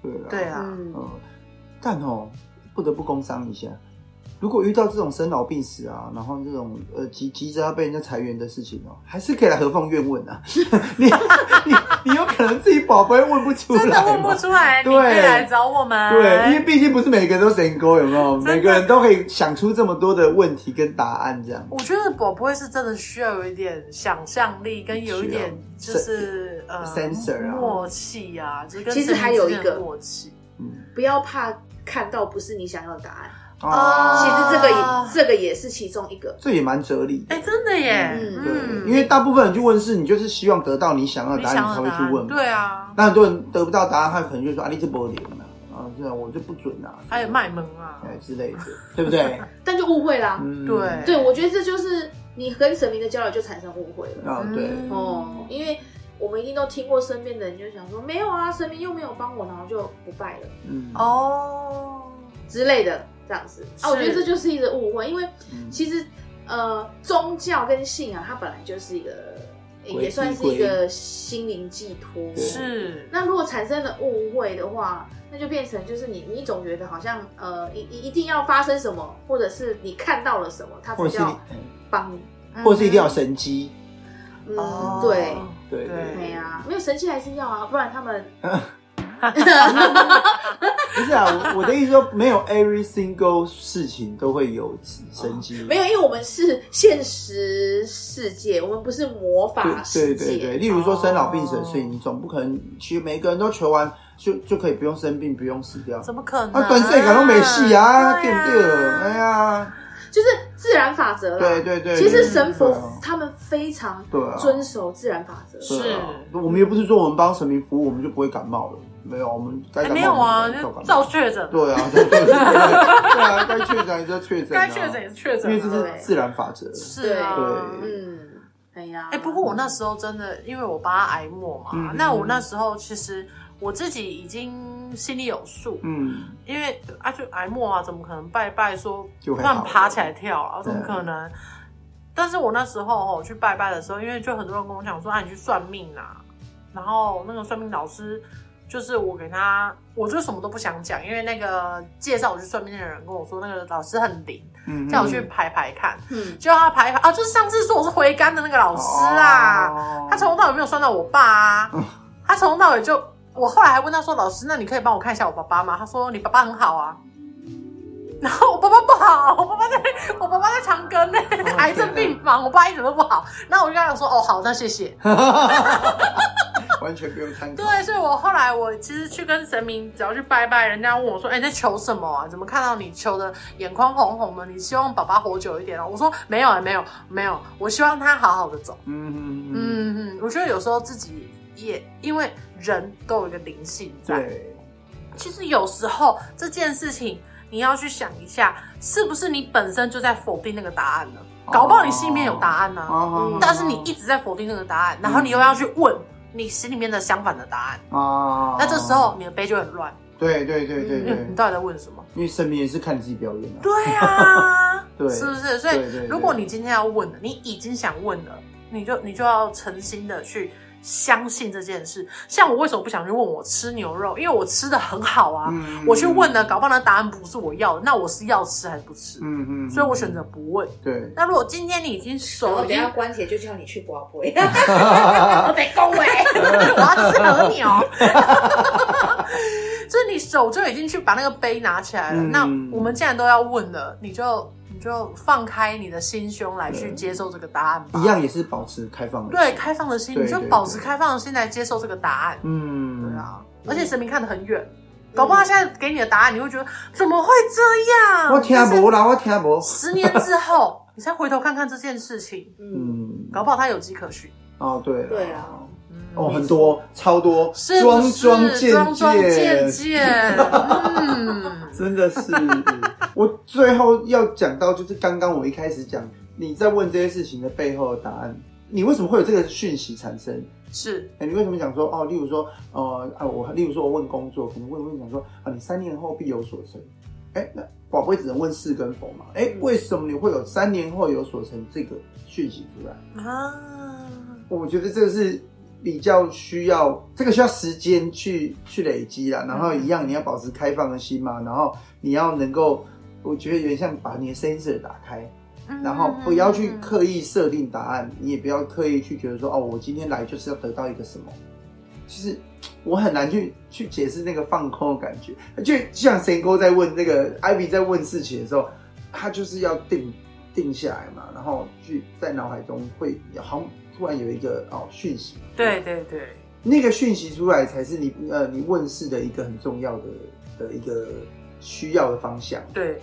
对啦
对啊，
嗯，
嗯，但哦，不得不工伤一下。如果遇到这种生老病死啊，然后这种呃急急着要被人家裁员的事情哦，还是可以来和凤院问啊。 <laughs> 你你你有可能自己宝贝问不出来
真
嘛，
的问不出来，你
对
可以来找我们，
对，因为毕竟不是每个人都神沟，有没有？
的
每个人都可以想出这么多的问题跟答案，这样。
我觉得宝贝是真的需要有一点想象力，跟有一点
需要
就是呃
sensor 啊
默契啊，就是跟
其实还有一个
神明之间的默契，
嗯，
不要怕看到不是你想要的答案，
啊
其实这个也、
啊
这个也是其中一个。
这也蛮哲理的
哎，。真的耶，
嗯
对，因为大部分人去问事，你就是希望得到你想要的
你
答案，
想
你
要
才
的
会
答
去
案
问嘛。
对啊，
那很多人得不到答案，他可能就说啊，你这不灵啊，啊，这样我就不准啊，
还有卖萌啊，
哎之类的，对不对？
<laughs>
但就误会啦。
嗯，
对
对，我觉得这就是你跟神明的交流就产生误会了。
啊，对，
嗯
哦，因为我们一定都听过身边的人就想说，没有啊，神明又没有帮我，然后就不拜了
嗯，
哦，
之类的这样子
是
啊。我觉得这就是一个误会，因为
嗯
其实呃，宗教跟信仰它本来就是一个，
归
也算是一个心灵寄托。
对
是，
那如果产生了误会的话，那就变成就是你，你总觉得好像呃，一一一定要发生什么，或者是你看到了什么，它
或
才
者是你
叫，帮你。
哎或者是一定要有神机，
嗯，
哦
对，
对
对
对呀、啊，没有神器还是要啊，不然他们
不是啊，我我的意思说，没有 every single 事情都会有神机，
<laughs> 没有，因为我们是现实世界，我们不是魔法
对
世
对
界。
对对，例如说生老病死
哦
的事情，你总不可能，其实每个人都求完就就可以不用生病，不用死掉。
怎么可能？
啊，短睡感都没戏啊，对
对
不
啊
对？哎呀，
就是自然法则啦。
对对对，
其实
对
神佛
对啊
他们非常
对啊
遵守自然法则。
对啊我们又不是说我们帮神明服务，我们就不会感冒了。没有，我们该
哎
感冒
没有
我
啊，
们
就
感
照
冒。
确诊，
对啊，对对对对啊，该确诊也就确诊啊，
该确诊也是确
因为
诊
这
啊，
是自然法则。
是啊，
对
嗯，哎呀，
哎、不过我那时候真的，因为我爸癌末嘛，
嗯
那我那时候其实我自己已经心里有数，
嗯，
因为啊就挨默啊，怎么可能拜拜说
嗯就会好
乱爬起来跳啊？怎么
对
可能？但是我那时候哦去拜拜的时候，因为就很多人跟我讲说，啊你去算命啊，然后那个算命老师。就是啊我给他，我就什么都不想讲，因为那个介绍我去算命的人跟我说，那个老师很灵，
嗯
叫我去排排看，
嗯，
就他排一排啊，就是上次说我是回甘的那个老师啊，
哦
他从头到尾没有算到我爸啊
嗯，
他从头到尾就，我后来还问他说，老师，那你可以帮我看一下我爸爸吗？他说你爸爸很好啊，然后我爸爸不好，我爸爸在我爸爸在长庚呢、
天哪
癌症病房，我爸一点都不好，然后我就跟他讲说，哦好，那谢谢。
完全不用参考，
对，所以我后来我其实去跟神明，只要去拜拜，人家问我说：“哎、你在求什么啊？怎么看到你求的眼眶红红的？你希望爸爸活久一点啊？”我说：“没有、啊，没有，没有，我希望他好好的走。
嗯”嗯嗯，
嗯嗯，我觉得有时候自己也因为人都有一个灵性在，
对，
其实有时候这件事情你要去想一下，是不是你本身就在否定那个答案呢？搞不好你心里面有答案呢、啊
哦
但是你一直在否定那个答案，然后你又要去问你心里面的相反的答案。
啊，
那这时候你的杯就很乱，
对对对对
你
对
你，到底在问什么？
因为神明也是看自己表演啊，
对啊，
<laughs> 对
是不是？所
对对对
以如果你今天要问了，你已经想问了，你就你就要诚心的去相信这件事。像我为什么不想去问我吃牛肉？因为我吃的很好啊，
嗯
我去问，了，搞不好那答案不是我要的，那我是要吃还是不吃？
嗯嗯嗯，
所以我选择不问。
对，
那如果今天你已经
然后
熟，已
等一
经
下关姐就叫你去刮
<laughs>
杯，我被恭维。
<laughs> 我要吃和牛。哦 <laughs> 就是你手就已经去把那个杯拿起来了，
嗯
那我们既然都要问了，你就你就放开你的心胸来去接受这个答案吧。
嗯一样也是保持开放的，
对，开放的心，
对
你就
对
保持
对
开放的心来接受这个答案。
嗯，
对啊，而且神明看得很远，搞不好现在给你的答案，你会觉得怎么会这样？
我听
但是
无啦，我听无，
十年之后，你再回头看看这件事情，
嗯，
嗯，
搞不好它有迹可循。嗯
哦对，
对啊。
哦，很多，超多，
是不
桩
是
桩件
桩桩件
件，
件，嗯。
真的是。我最后要讲到，就是刚刚我一开始讲，你在问这些事情的背后的答案，你为什么会有这个讯息产生？
是
哎、你为什么讲说哦？例如说，呃，啊，我例如说我问工作，可能问问讲说啊，你三年后必有所成。哎、那宝贝只能问是跟否嘛？哎、为什么你会有三年后有所成这个讯息出来？
啊，
我觉得这个是比较需要，这个需要时间去去累积啦。然后一样，你要保持开放的心嘛，然后你要能够，我觉得有点像把你的 sensor 打开，嗯然后不要
嗯
去刻意设定答案，你也不要刻意去觉得说哦，我今天来就是要得到一个什么。其实我很难去去解释那个放空的感觉，就就像神哥在问这个艾比在问事情的时候，他就是要定定下来嘛，然后去在脑海中会好像突然有一个哦讯息，
对对对，
那个讯息出来才是你呃你问世的一个很重要的的一个需要的方向。
对，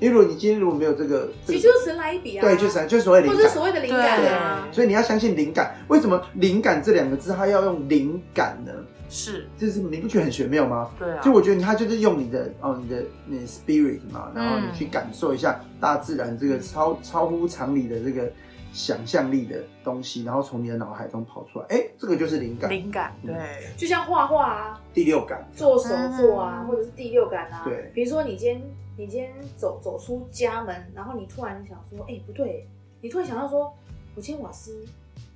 因为如果你今天如果没有这个，
嗯其实
这个
就是神来一笔啊，
对，就是啊就是所谓灵
或者
感
是，所谓的灵
对
感
啊
啊，
所以你要相信灵感。为什么灵感这两个字它要用灵感呢？
是，
就是你不觉得很玄妙吗？
对啊，
就我觉得他就是用你的哦，你的你的 spirit 嘛，然后你去感受一下大自然这个超超乎常理的这个想象力的东西，然后从你的脑海中跑出来，哎，这个就是灵感，
灵感，
嗯
对，
就像画画啊，
第六感，
做手作啊，
嗯
或者是第六感啊。
对
比如说你今天你今天走走出家门，然后你突然想说，哎、不对，你突然想到说，我今天瓦斯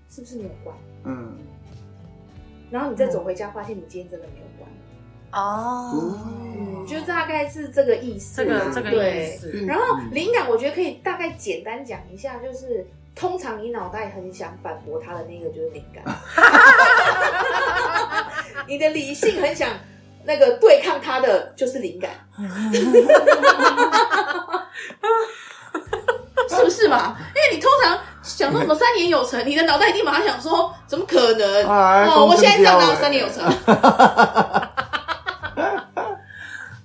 是不是没有关？
嗯，
然后你再走回家，发现你今天真的没有关。
哦
嗯，就大概是这个意思
这
啊。
嗯
个这个意
对。
就是
思，
你
然后
嗯
灵感，我觉得可以大概简单讲一下，就是通常你脑袋很想反驳他的那个就是灵
<laughs>
感， <laughs> 你的理性很想那个对抗他的就是灵感，
嗯
是不是嘛？因为你通常想说什么三年有成，你的脑袋一定马上想说，怎么可能？
啊
哎
哦，我
公司
现在这样
标
哪有
哎
三年有成？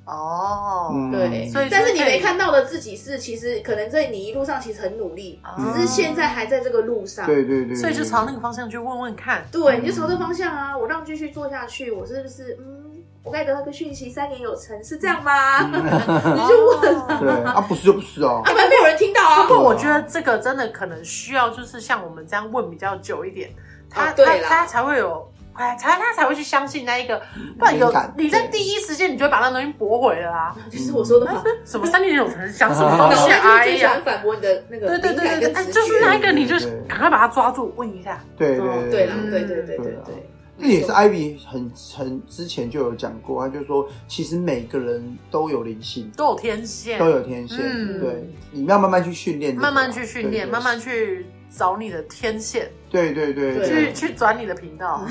哦，
嗯
对，
所以
但是
就
你
可以
没看到的自己是，其实可能在你一路上其实很努力，
哦
只是现在还在这个路上。
嗯对对对，
所以就朝那个方向去问问看，
对，你就朝这方向啊，我让继续做下去，我是不是嗯，我该得到个讯息，三年有成是这样吗？
嗯
<laughs>
你就问。
对啊，不是就不是哦，
要不然没有人听到啊。
不过我觉得这个真的可能需要，就是像我们这样问比较久一点，他
哦对
他
啦
他才会有哎，才他才会去相信那一个，不然有
敏感
你在
对
第一时间你就会把那东西驳回了啊！
就是我说的
啊
嗯
话，
什么三点九城讲 <laughs> 什么东
脑
西啊？
袋
哎
就是最喜
呀
欢，反驳你的那个
<laughs> 对对
敏
对
感
对，
跟
哎，
直
就是
觉。
那一个，你就
对对
赶快把它抓住，问一下。
对
哦
对
对啦
了，，
对对对对
对啊
对，
这也是 Ivy 很很之前就有讲过，他就说其实每个人都有灵性，
都有天线，
都有天线，
嗯
对，你要慢慢去训练这个啊，
慢慢去训练，
对
慢慢，去找你的天线，
对对对对
去
对
去转你的频 <laughs> 道，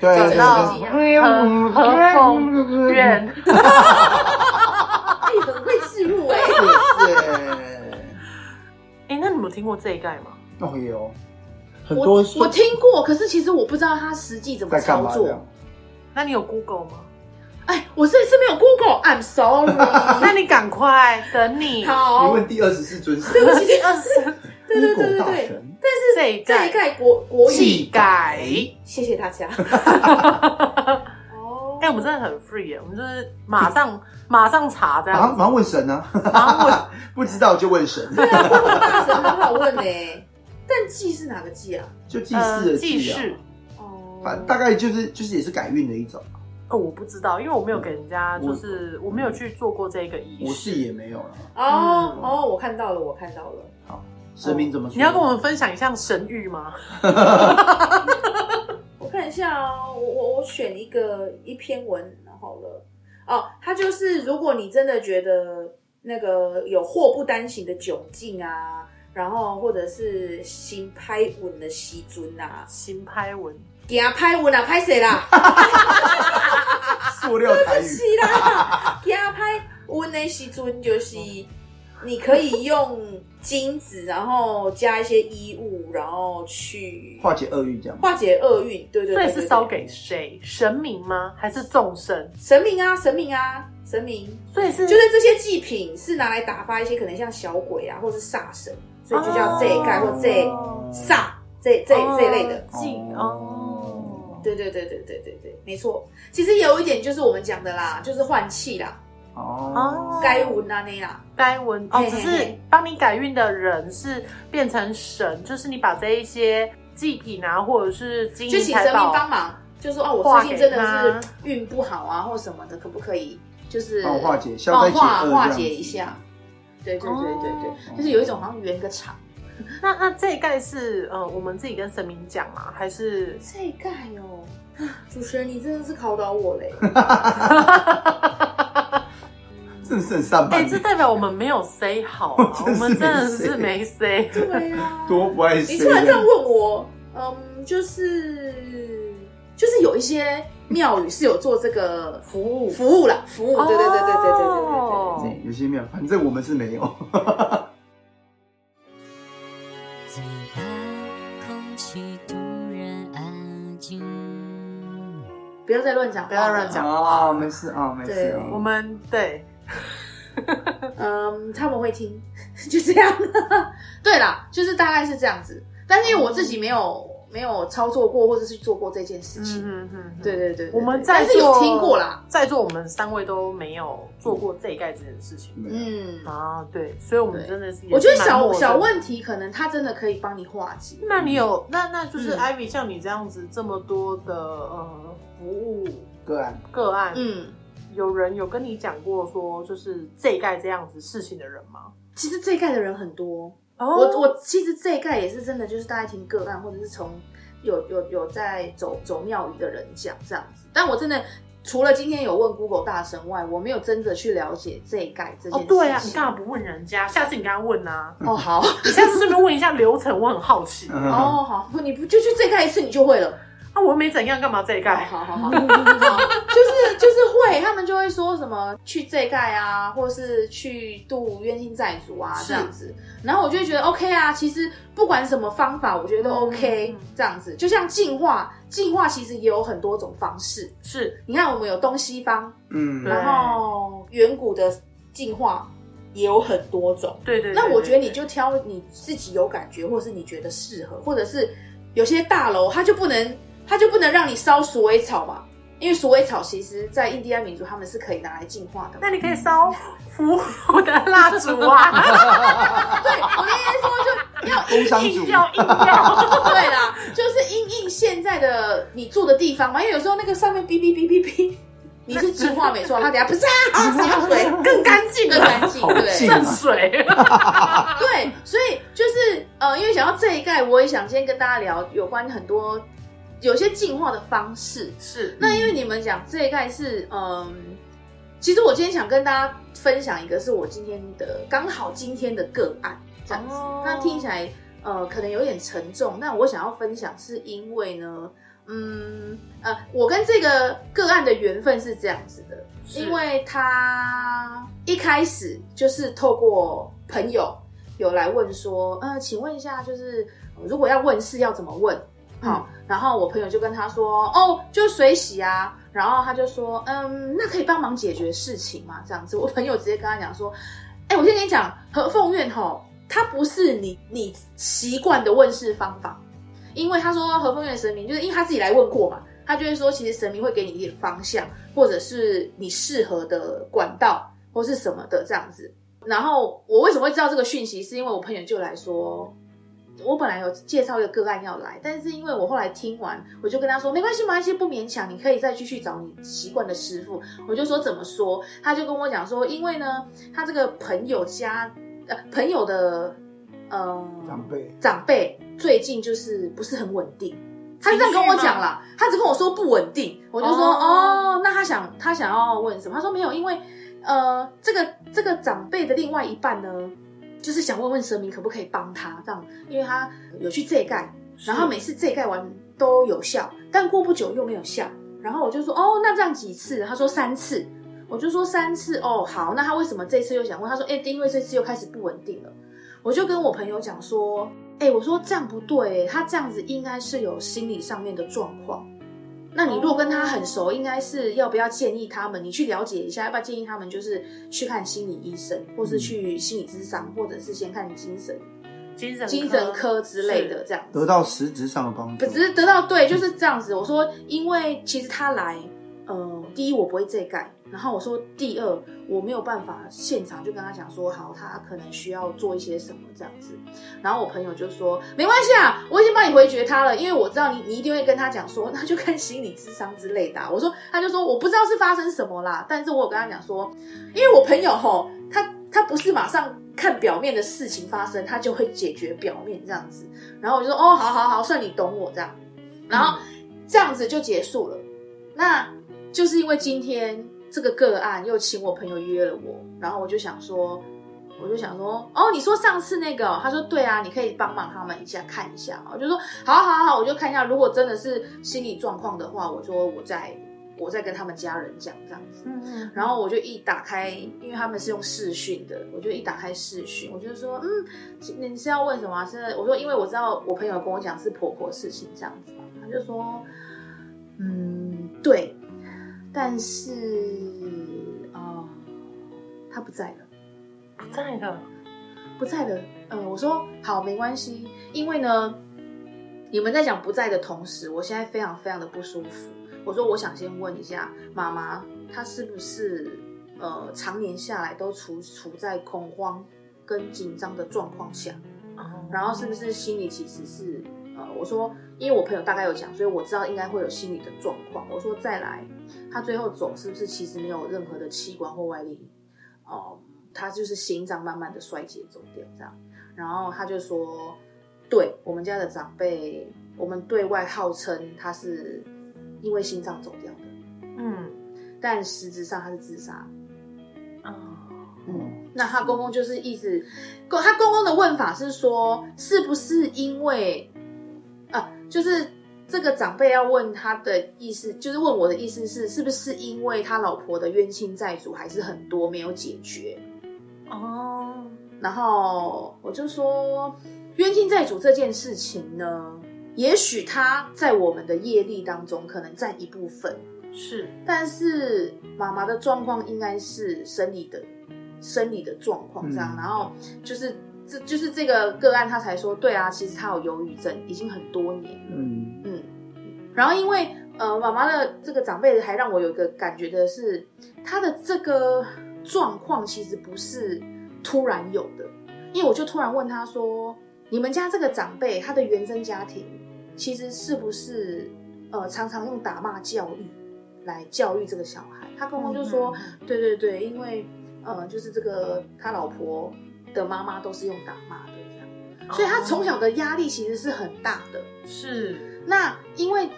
对
转
对
到
对
和和风院。
哎，很会示弱哎。
是是，
哎，那你们有听过这一盖吗？
哦有 <laughs> 很
我
多
我听过，可是其实我不知道他实际怎么
在干
操
嘛这
作
样。？
那你有 Google <laughs> 吗？
哎，我这次没有 Google，I'm
<laughs>
sorry。
那你赶快等你
你
好，
问第二十四尊神，
第二十
对对
对对
大
对
神，
这一
这一
盖
概国国语，
技改。
谢谢大家。哦
哎、我们真的很 free 耶，我们就是马
<laughs>
上马上查这
马上马
样子，
上问神啊， <laughs>
马
呃
上
不
问。
知道就问神，
大神很好问哎，但祭是哪个祭啊？
就祭祀
呃，
的
记
祭啊，
事、
哦，
反大概就是就是也是改运的一种，
哦，我不知道，因为我没有给人家，
我
就是我没有去做过这个仪式。
我是也没有了。
哦
嗯
哦，我看到了，我看到了。
神明怎么说？
你要跟我们分享一下神谕吗？
我看一下哦，我我我选一个一篇文好了。哦，它就是如果你真的觉得那个有祸不单行的窘境啊，然后或者是行拍稳的时阵啊，
新拍文，
给他拍稳啊，拍谁啦？
啊
塑料
<laughs>
台
是
语，
啦，给他拍稳的时阵就是你可以用金子，然后加一些衣物，然后去
化解厄运这样吗。
化解厄运。对对对
所以
对
是
对
烧给谁？神明吗？还是众生？
神明啊，神明啊，神明。
所以是
就是这些祭品是拿来打发一些可能像小鬼啊，或是煞神，所以就叫这一盖或这一
哦
煞这这这一类的。
记
哦
哦。
对对对对对对对，没错。其实有一点就是我们讲的啦，就是换气啦，
哦，
该闻啊那啦。
该文哦，
嘿嘿
只
嘿
是帮你改运的人是变成神，就是你把这一些祭品啊，或者是金
就
银
请
财
神明
宝，
帮忙，就说哦，我
化
最
给
近真
他
的是运不好啊，或什么的，可不可以就是
帮我化解消
帮我
灾解
化
厄
化
这样
解
子
一下？对对对对对，
哦
就是有一种好像圆个场。
那那这一概是呃，我们自己跟神明讲吗？
<laughs>
还是
这一盖哦，主持人你真的是考倒我
<laughs>
嘞！
正圣三
哎、
百，，
这代表我们没有 say 好、
<laughs>
啊我
真是
们真的
没 say
是没 say。
对啊，
<laughs> 多不爱
你
谁
突然这样
的？
问我，嗯，就是就是有一些庙宇是有做这个服务服务啦，服务，对对对对对对对对对对
哦
对。
哎有些没有，反正我们是没有。
最怕空气突然安静。
不要再乱讲，不
要乱讲
啊，没事啊，没事啊。
我们对，
嗯，他们会听， <laughs> 就这样。对啦，就是大概是这样子，但是因为我自己没有没有操作过，或者是做过这件事情。
嗯嗯嗯，
对。对对对，对
我们在
但
座
是有听过啦，，
在座我们三位都没有做过这一概这件事情。
嗯，
嗯，
啊，对，所以我们
对
真的是也是
我觉得
蛮
小
陌生
小。问题可能他真的可以帮你化解。
那你有那那就是
嗯
Ivy 像你这样子这么多的呃服务
个案
个案，
嗯，
有人有跟你讲过说就是这一概这样子事情的人吗？
其实这一盖的人很多，
哦
我我其实这一概也是真的，就是大家听个案，或者是从有有有在走走庙宇的人讲这样子。但我真的除了今天有问 Google 大神外，我没有真的去了解这一概这件
哦
事情。
对啊，你干嘛不问人家？下次你跟他问 <laughs> 啊，
哦好
你下次顺便问一下流程，我很好奇。
嗯
哦好，不你不就去这一概一次你就会了。
啊，我没怎样，干嘛这一
好
概？
好
<laughs>
好好，好就是 <laughs> 就是会，他们就会说什么去这一概啊，或是去度冤亲债主啊
是
这样子。然后我就会觉得 OK 啊，其实不管什么方法，我觉得都
嗯
OK、
嗯嗯
这样子。就像进化，进化其实也有很多种方式。
是
你看，我们有东西方，
嗯，
对
然后远古的进化也有很多种。
对对对。
那我觉得你
对
就挑你自己有感觉，或是你觉得适合，或者是有些大楼它就不能，它就不能让你烧鼠尾草嘛，因为鼠尾草其实，在印第安民族他们是可以拿来净化的嘛。
那你可以烧腐乳的蜡烛啊，
对，我的意思 <laughs> 说就要
工商主
<laughs> 硬要硬要， <laughs>
哦对啦，就是因应现在的你住的地方嘛，因为有时候那个上面哔哔哔哔哔，你是净化没错，它等下不是啊，洒水 <laughs> 更干净，啊更干净，
好
对
近
圣啊水。 <laughs>
对，所以就是呃，因为想要这一概，我也想先跟大家聊有关很多有些进化的方式。
是
那因为你们讲这一概是嗯、其实我今天想跟大家分享一个是我今天的刚好今天的个案这样子，
哦
那听起来呃可能有点沉重，但我想要分享是因为呢，嗯呃，我跟这个个案的缘分是这样子的，
是
因为他一开始就是透过朋友有来问说，呃，请问一下，就是呃如果要问事要怎么问？好，然后我朋友就跟他说，哦，就水洗啊。然后他就说，嗯，那可以帮忙解决事情嘛？这样子，我朋友直接跟他讲说，哎，我先跟你讲，和凤院吼，它不是你你习惯的问世方法，因为他说和凤院的神明，就是因为他自己来问过嘛，他就会说，其实神明会给你一点方向，或者是你适合的管道或是什么的这样子。然后我为什么会知道这个讯息，是因为我朋友就来说，我本来有介绍一个个案要来，但是因为我后来听完，我就跟他说没关系，没关系，不勉强，你可以再继续找你习惯的师傅。我就说怎么说，他就跟我讲说，因为呢，他这个朋友家呃朋友的呃
长辈，
长辈最近就是不是很稳定。他就这样跟我讲啦，他只跟我说不稳定，我就说哦那他想他想要问什么？他说没有，因为呃，这个这个长辈的另外一半呢，就是想问问神明可不可以帮他这样，因为他有去这盖，然后每次这盖完都有效，但过不久又没有效，然后我就说哦，那这样几次？他说三次，我就说三次哦，好，那他为什么这次又想问？他说哎、因为这次又开始不稳定了，我就跟我朋友讲说，哎、我说这样不对、欸他这样子应该是有心理上面的状况。那你如果跟他很熟，应该是要不要建议他们，你去了解一下，要不要建议他们就是去看心理医生，或是去心理咨商，或者是先看精神
精神
精神科之类的这样子。
得到实质上的帮助
不，只是得到对，就是这样子。我说，因为其实他来，呃，第一我不会这盖，然后我说第二我没有办法现场就跟他讲说，好，他可能需要做一些什么这样子。然后我朋友就说，没关系啊，我已经帮你回绝他了，因为我知道你，你一定会跟他讲说，那就看心理智商之类的啊、我说，他就说我不知道是发生什么啦，但是我有跟他讲说，因为我朋友吼，他他不是马上看表面的事情发生，他就会解决表面这样子。然后我就说哦，好好好，算你懂我这样，然后这样子就结束了。那就是因为今天这个个案又请我朋友约了我，然后我就想说，我就想说，哦，你说上次那个哦、他说对啊，你可以帮忙他们一下看一下嘛，我就说好好好，我就看一下，如果真的是心理状况的话，我说我再我再跟他们家人讲这样子。
嗯，
然后我就一打开，因为他们是用视讯的，我就一打开视讯，我就说，嗯，你是要问什么、啊？是我说，因为我知道我朋友跟我讲是婆婆事情这样子嘛，他就说，嗯，对，但是啊、呃，他不在了。
不
嗯
在了，
不在了，呃，我说好，没关系，因为呢，你们在讲不在的同时，我现在非常非常的不舒服。我说我想先问一下妈妈，她是不是呃常年下来都处处在恐慌跟紧张的状况下？然后是不是心里其实是呃，我说因为我朋友大概有讲，所以我知道应该会有心理的状况。我说再来，他最后走是不是其实没有任何的器官或外力？哦、他就是心脏慢慢的衰竭走掉这样。然后他就说，对我们家的长辈，我们对外号称他是因为心脏走掉的，
嗯
但实质上他是自杀。
啊，
嗯，那他公公就是一直，公他公公的问法是说，是不是因为啊，就是这个长辈要问他的意思，就是问我的意思是，是不是因为他老婆的冤亲债主还是很多没有解决？
哦，
然后我就说，冤亲债主这件事情呢，也许他在我们的业力当中可能占一部分，
是
但是妈妈的状况应该是生理的生理的状况这样，
嗯
然后就是这就是这个个案，他才说对啊，其实他有忧郁症已经很多年了，
嗯，
嗯，然后因为呃，妈妈的这个长辈还让我有一个感觉的是，她的这个状况其实不是突然有的，因为我就突然问她说：“你们家这个长辈，他的原生家庭其实是不是呃常常用打骂教育来教育这个小孩？”她跟我就说：“
嗯
对对对，因为呃就是这个他老婆的妈妈都是用打骂的这
嗯
样，所以他从小的压力其实是很大的。”
哦是
那因为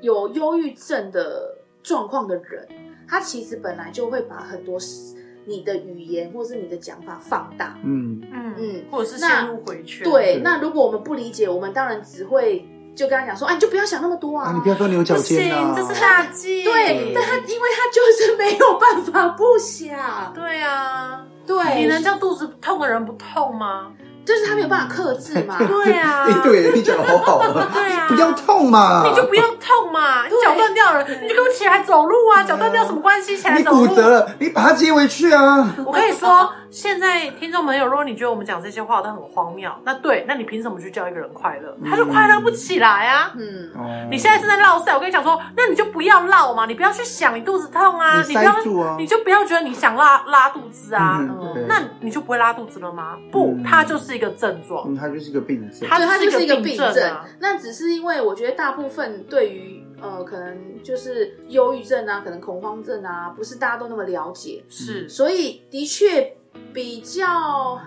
有忧郁症的状况的人，他其实本来就会把很多事你的语言或是你的讲法放大。
嗯，
嗯，
嗯，
或者是
那
陷入回圈，
对。那如果我们不理解，我们当然只会就跟他讲说：“啊，你就不要想那么多
哎
啊。
啊，你不要钻牛角尖啊！
这是大忌。
对，但他因为他就是没有办法不想，
对啊，
对，
你能叫肚子痛的人不痛吗？
就是他没有办法克制嘛。
对啊，
<laughs> 哎，对你讲的好好
<laughs>
啊，
对啊，
不要痛嘛，
你就不要痛嘛，你脚断掉了，你就给我起来走路啊，脚断掉什么关系？起来
你
走路。啊
骨折了，你把它接回去啊！
我跟你说，现在听众朋友，如果你觉得我们讲这些话都很荒谬，那对，那你凭什么去叫一个人快
嗯
乐？他就快乐不起来啊！
嗯，
哦
你现在是在落赛，我跟你讲说，那你就不要落嘛，你不要去想你肚子痛啊，
你
你不要
塞，住啊
你就不要觉得你想拉拉肚子啊，
嗯对
那你就不会拉肚子了吗？不，
嗯
它就是一个症状
嗯，，它就是个病症。
它
对，它
就
啊就是一
一个
个病
症
症
啊。。
那只是因为我觉得大部分对于呃，可能就是忧郁症啊，可能恐慌症啊，不是大家都那么了解，
嗯
是，
所以的确比较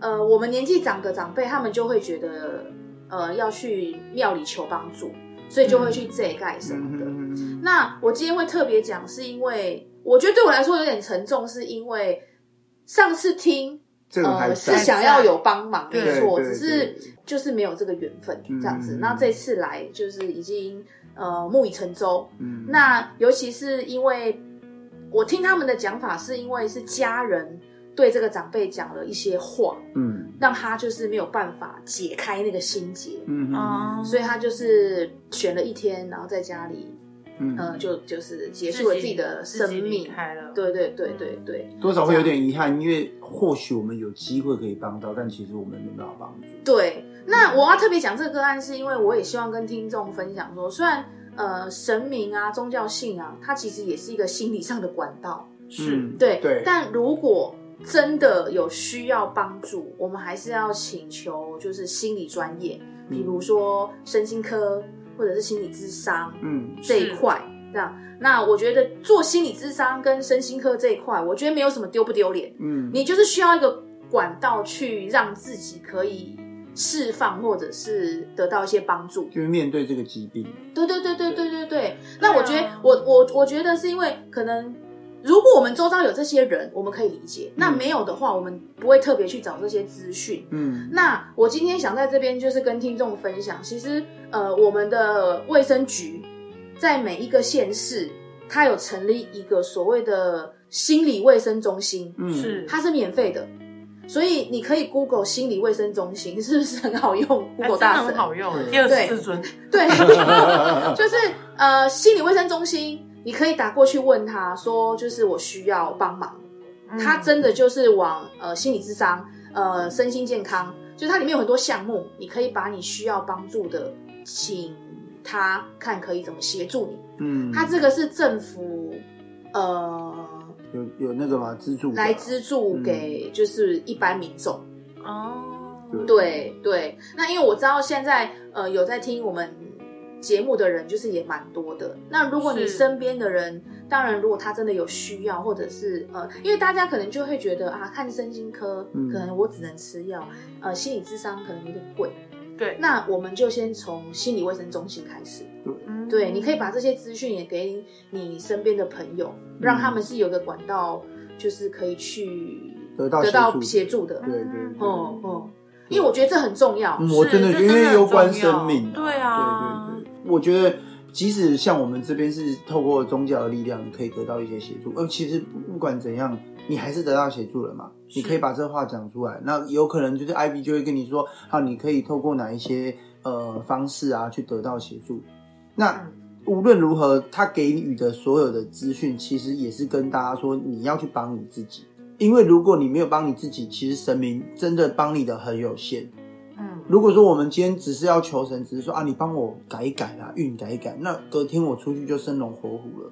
呃，我们年纪长的长辈，他们就会觉得呃要去庙里求帮助，所以就会去遮盖什么的。
嗯
那我今天会特别讲，是因为我觉得对我来说有点沉重，是因为上次听
这个还
呃，是
在，
想要有帮忙，
对
没错，
对对
只是就是没有这个缘分
嗯
这样子。那这次来就是已经呃木已成舟。
嗯
那尤其是因为我听他们的讲法，是因为是家人对这个长辈讲了一些话，
嗯
让他就是没有办法解开那个心结，
嗯
哦
嗯
所以他就是选了一天，然后在家里，
嗯
呃，就就是结束了自己的
自
生
己离
命。
开了，
对对对对对
多少会有点遗憾，因为或许我们有机会可以帮到，但其实我们没办法帮助。
对，那我要特别讲这个个案，是因为我也希望跟听众分享说，虽然呃神明啊、宗教信仰，它其实也是一个心理上的管道，
是
嗯
对，
对
但如果真的有需要帮助，我们还是要请求就是心理专业，比如说身心科或者是心理智商
嗯
这一块。这样，那我觉得做心理智商跟身心科这一块，我觉得没有什么丢不丢脸，
嗯，
你就是需要一个管道去让自己可以释放，或者是得到一些帮助。
就是面对这个疾病，
对对对对对对对。那我觉得，我我我觉得是因为可能，如果我们周遭有这些人，我们可以理解；那没有的话，我们不会特别去找这些资讯。
嗯
那我今天想在这边就是跟听众分享，其实呃，我们的卫生局在每一个县市，它有成立一个所谓的心理卫生中心。
嗯 <laughs>
是，
它是免费的，所以你可以 Google 心理卫生中心， <laughs> 是不是很好用
哎
？Google
真的
大
很
神，
好用，第二十四尊，
对， <laughs> 就是呃心理卫生中心，你可以打过去问他说，就是我需要帮忙，
嗯
他真的就是往呃心理智商、呃身心健康，就是它里面有很多项目，你可以把你需要帮助的，请他看可以怎么协助你。
嗯，
他这个是政府呃
有有那个嘛资助的
来资助给就是一般民众。
哦，
对对，那因为我知道现在呃有在听我们节目的人，就是也蛮多的。那如果你
是
身边的人，当然如果他真的有需要，或者是呃，因为大家可能就会觉得啊，看身心科、
嗯
可能我只能吃药，呃，心理智商可能有点贵。
对
那我们就先从心理卫生中心开始。
嗯
对，你可以把这些资讯也给你身边的朋友，
嗯
让他们是有个管道，就是可以去
得到
得
协
到
助
协助的。
对嗯对对
哦哦，因为我觉得这很重要。
嗯我真的觉
这
得因
真的
为
很
攸关
重要
生命、
对啊
对对对，我觉得即使像我们这边是透过宗教的力量，你可以得到一些协助，而呃其实不管怎样，你还是得到协助了嘛。你可以把这话讲出来，那有可能就是 IB 就会跟你说，好，你可以透过哪一些呃方式啊去得到协助。那
嗯
无论如何，他给予的所有的资讯，其实也是跟大家说，你要去帮你自己，因为如果你没有帮你自己，其实神明真的帮你的很有限。
嗯
如果说我们今天只是要求神，只是说啊，你帮我改一改啦，运改一改，那隔天我出去就生龙活虎了，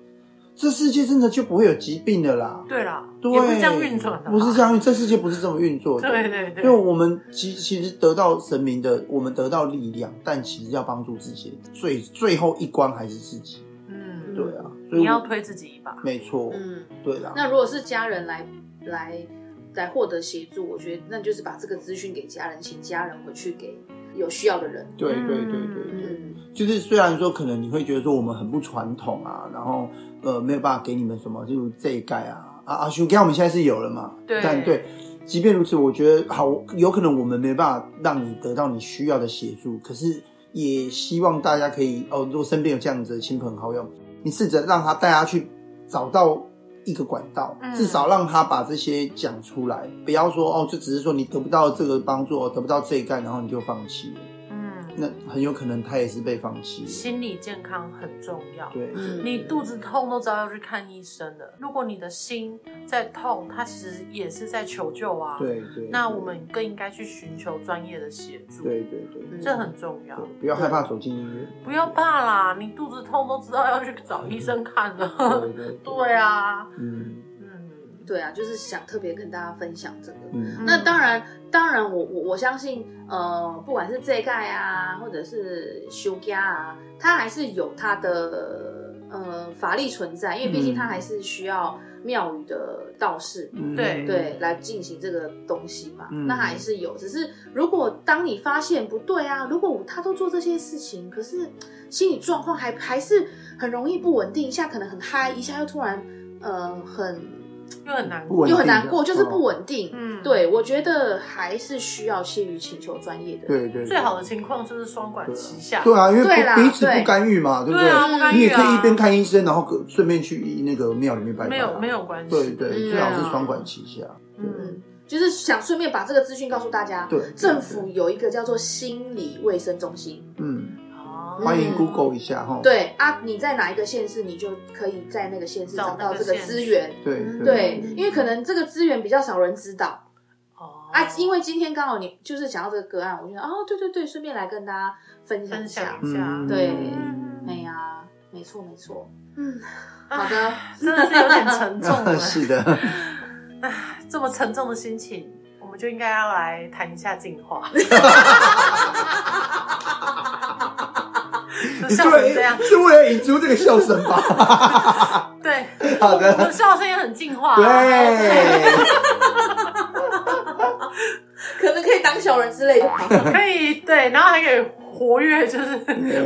这世界真的就不会有疾病的啦。
对啦，
对，
也不是这样运转的，
不是这，样运，这世界不是这么运作的。
对对
因为
对，
我们其其实得到神明的，我们得到力量，但其实要帮助自己，最最后一关还是自己。
嗯，
对啊，所以
你要
我
推自己一把，
没错，
嗯，
对啦。
那如果是家人来来来获得协助，我觉得那就是把这个资讯给家人，请家人回去给有需要的人。嗯
对对对对对，
嗯
就是虽然说可能你会觉得说我们很不传统啊，然后呃没有办法给你们什么，就这一盖啊啊啊，兄弟，我们现在是有了嘛，
对
但对，即便如此，我觉得好，有可能我们没办法让你得到你需要的协助，可是也希望大家可以哦，如果身边有这样子的亲朋好友，你试着让他带他去找到一个管道，
嗯
至少让他把这些讲出来，不要说哦，就只是说你得不到这个帮助，哦得不到这一盖，然后你就放弃了，
嗯，
那很有可能他也是被放弃了。
心理健康很重要。
对，
嗯
你肚子痛都知道要去看医生的，如果你的心在痛，它其实也是在求救啊。，
对对。
那
对
我们更应该去寻求专业的协助，
对对对
嗯
对，
这很重要。
不要害怕走进医院。
不要怕啦，你肚子痛都知道要去找医生看
对
的。
对对，
<laughs> 对啊，
嗯
嗯，
对啊，就是想特别跟大家分享这个。
嗯，
那当然，当然我，我我相信，呃，不管是这一盖啊，或者是休假啊，它还是有它的呃法力存在，因为毕竟
嗯
它还是需要庙宇的道士
嗯
对
对，来进行这个东西嘛，
嗯
那还是有。只是如果当你发现不对啊，如果他都做这些事情，可是心理状况还还是很容易不稳定，一下可能很嗨，一下又突然呃很
又很难
不稳
过。
定
又
的
很难过，就是不
哦
稳定。
嗯，
对，我觉得还是需要先于请求专业的。
对对，
最好的情况就是双管齐下。
对啊，因为
对啦
不彼此
对
不干预嘛，对不
对啊，不干
你
预
也可以一
啊，
边看医生，然后可顺便去那个庙里面拜拜啊。
没有没有关系。
对对，
嗯
最好是双管齐下。
嗯，
就是想顺便把这个资讯告诉大家，
对，
政府有一个叫做心理卫生中心，
嗯，
哦
欢迎 Google 一下哈。
对啊，你在哪一个县市，你就可以在那个县市
找
找到
那个
这个
县
资
市
源。
对
对，因为可能这个资源比较少人知道
哦
啊，因为今天刚好你就是讲到这个个案，我就想哦，对对对，顺便来跟大家分享一
分
下
享。一下
嗯，。
对
嗯
哎呀，没错没错，
好
的，
真的是有点
<laughs>
沉重了。
<laughs> 是的，
这么沉重的心情，我们就应该要来谈一下进
<laughs>
化。 <laughs> 就
你是
笑成
为
<laughs> 这样，
<laughs> 是为了引出这个笑声吧？ <laughs>
对，
好
<laughs> 我们
的，
笑声也很进化、啊。
对，
可能可以当小人之类的吧，
<laughs> 可以对，然后还可以活跃，就是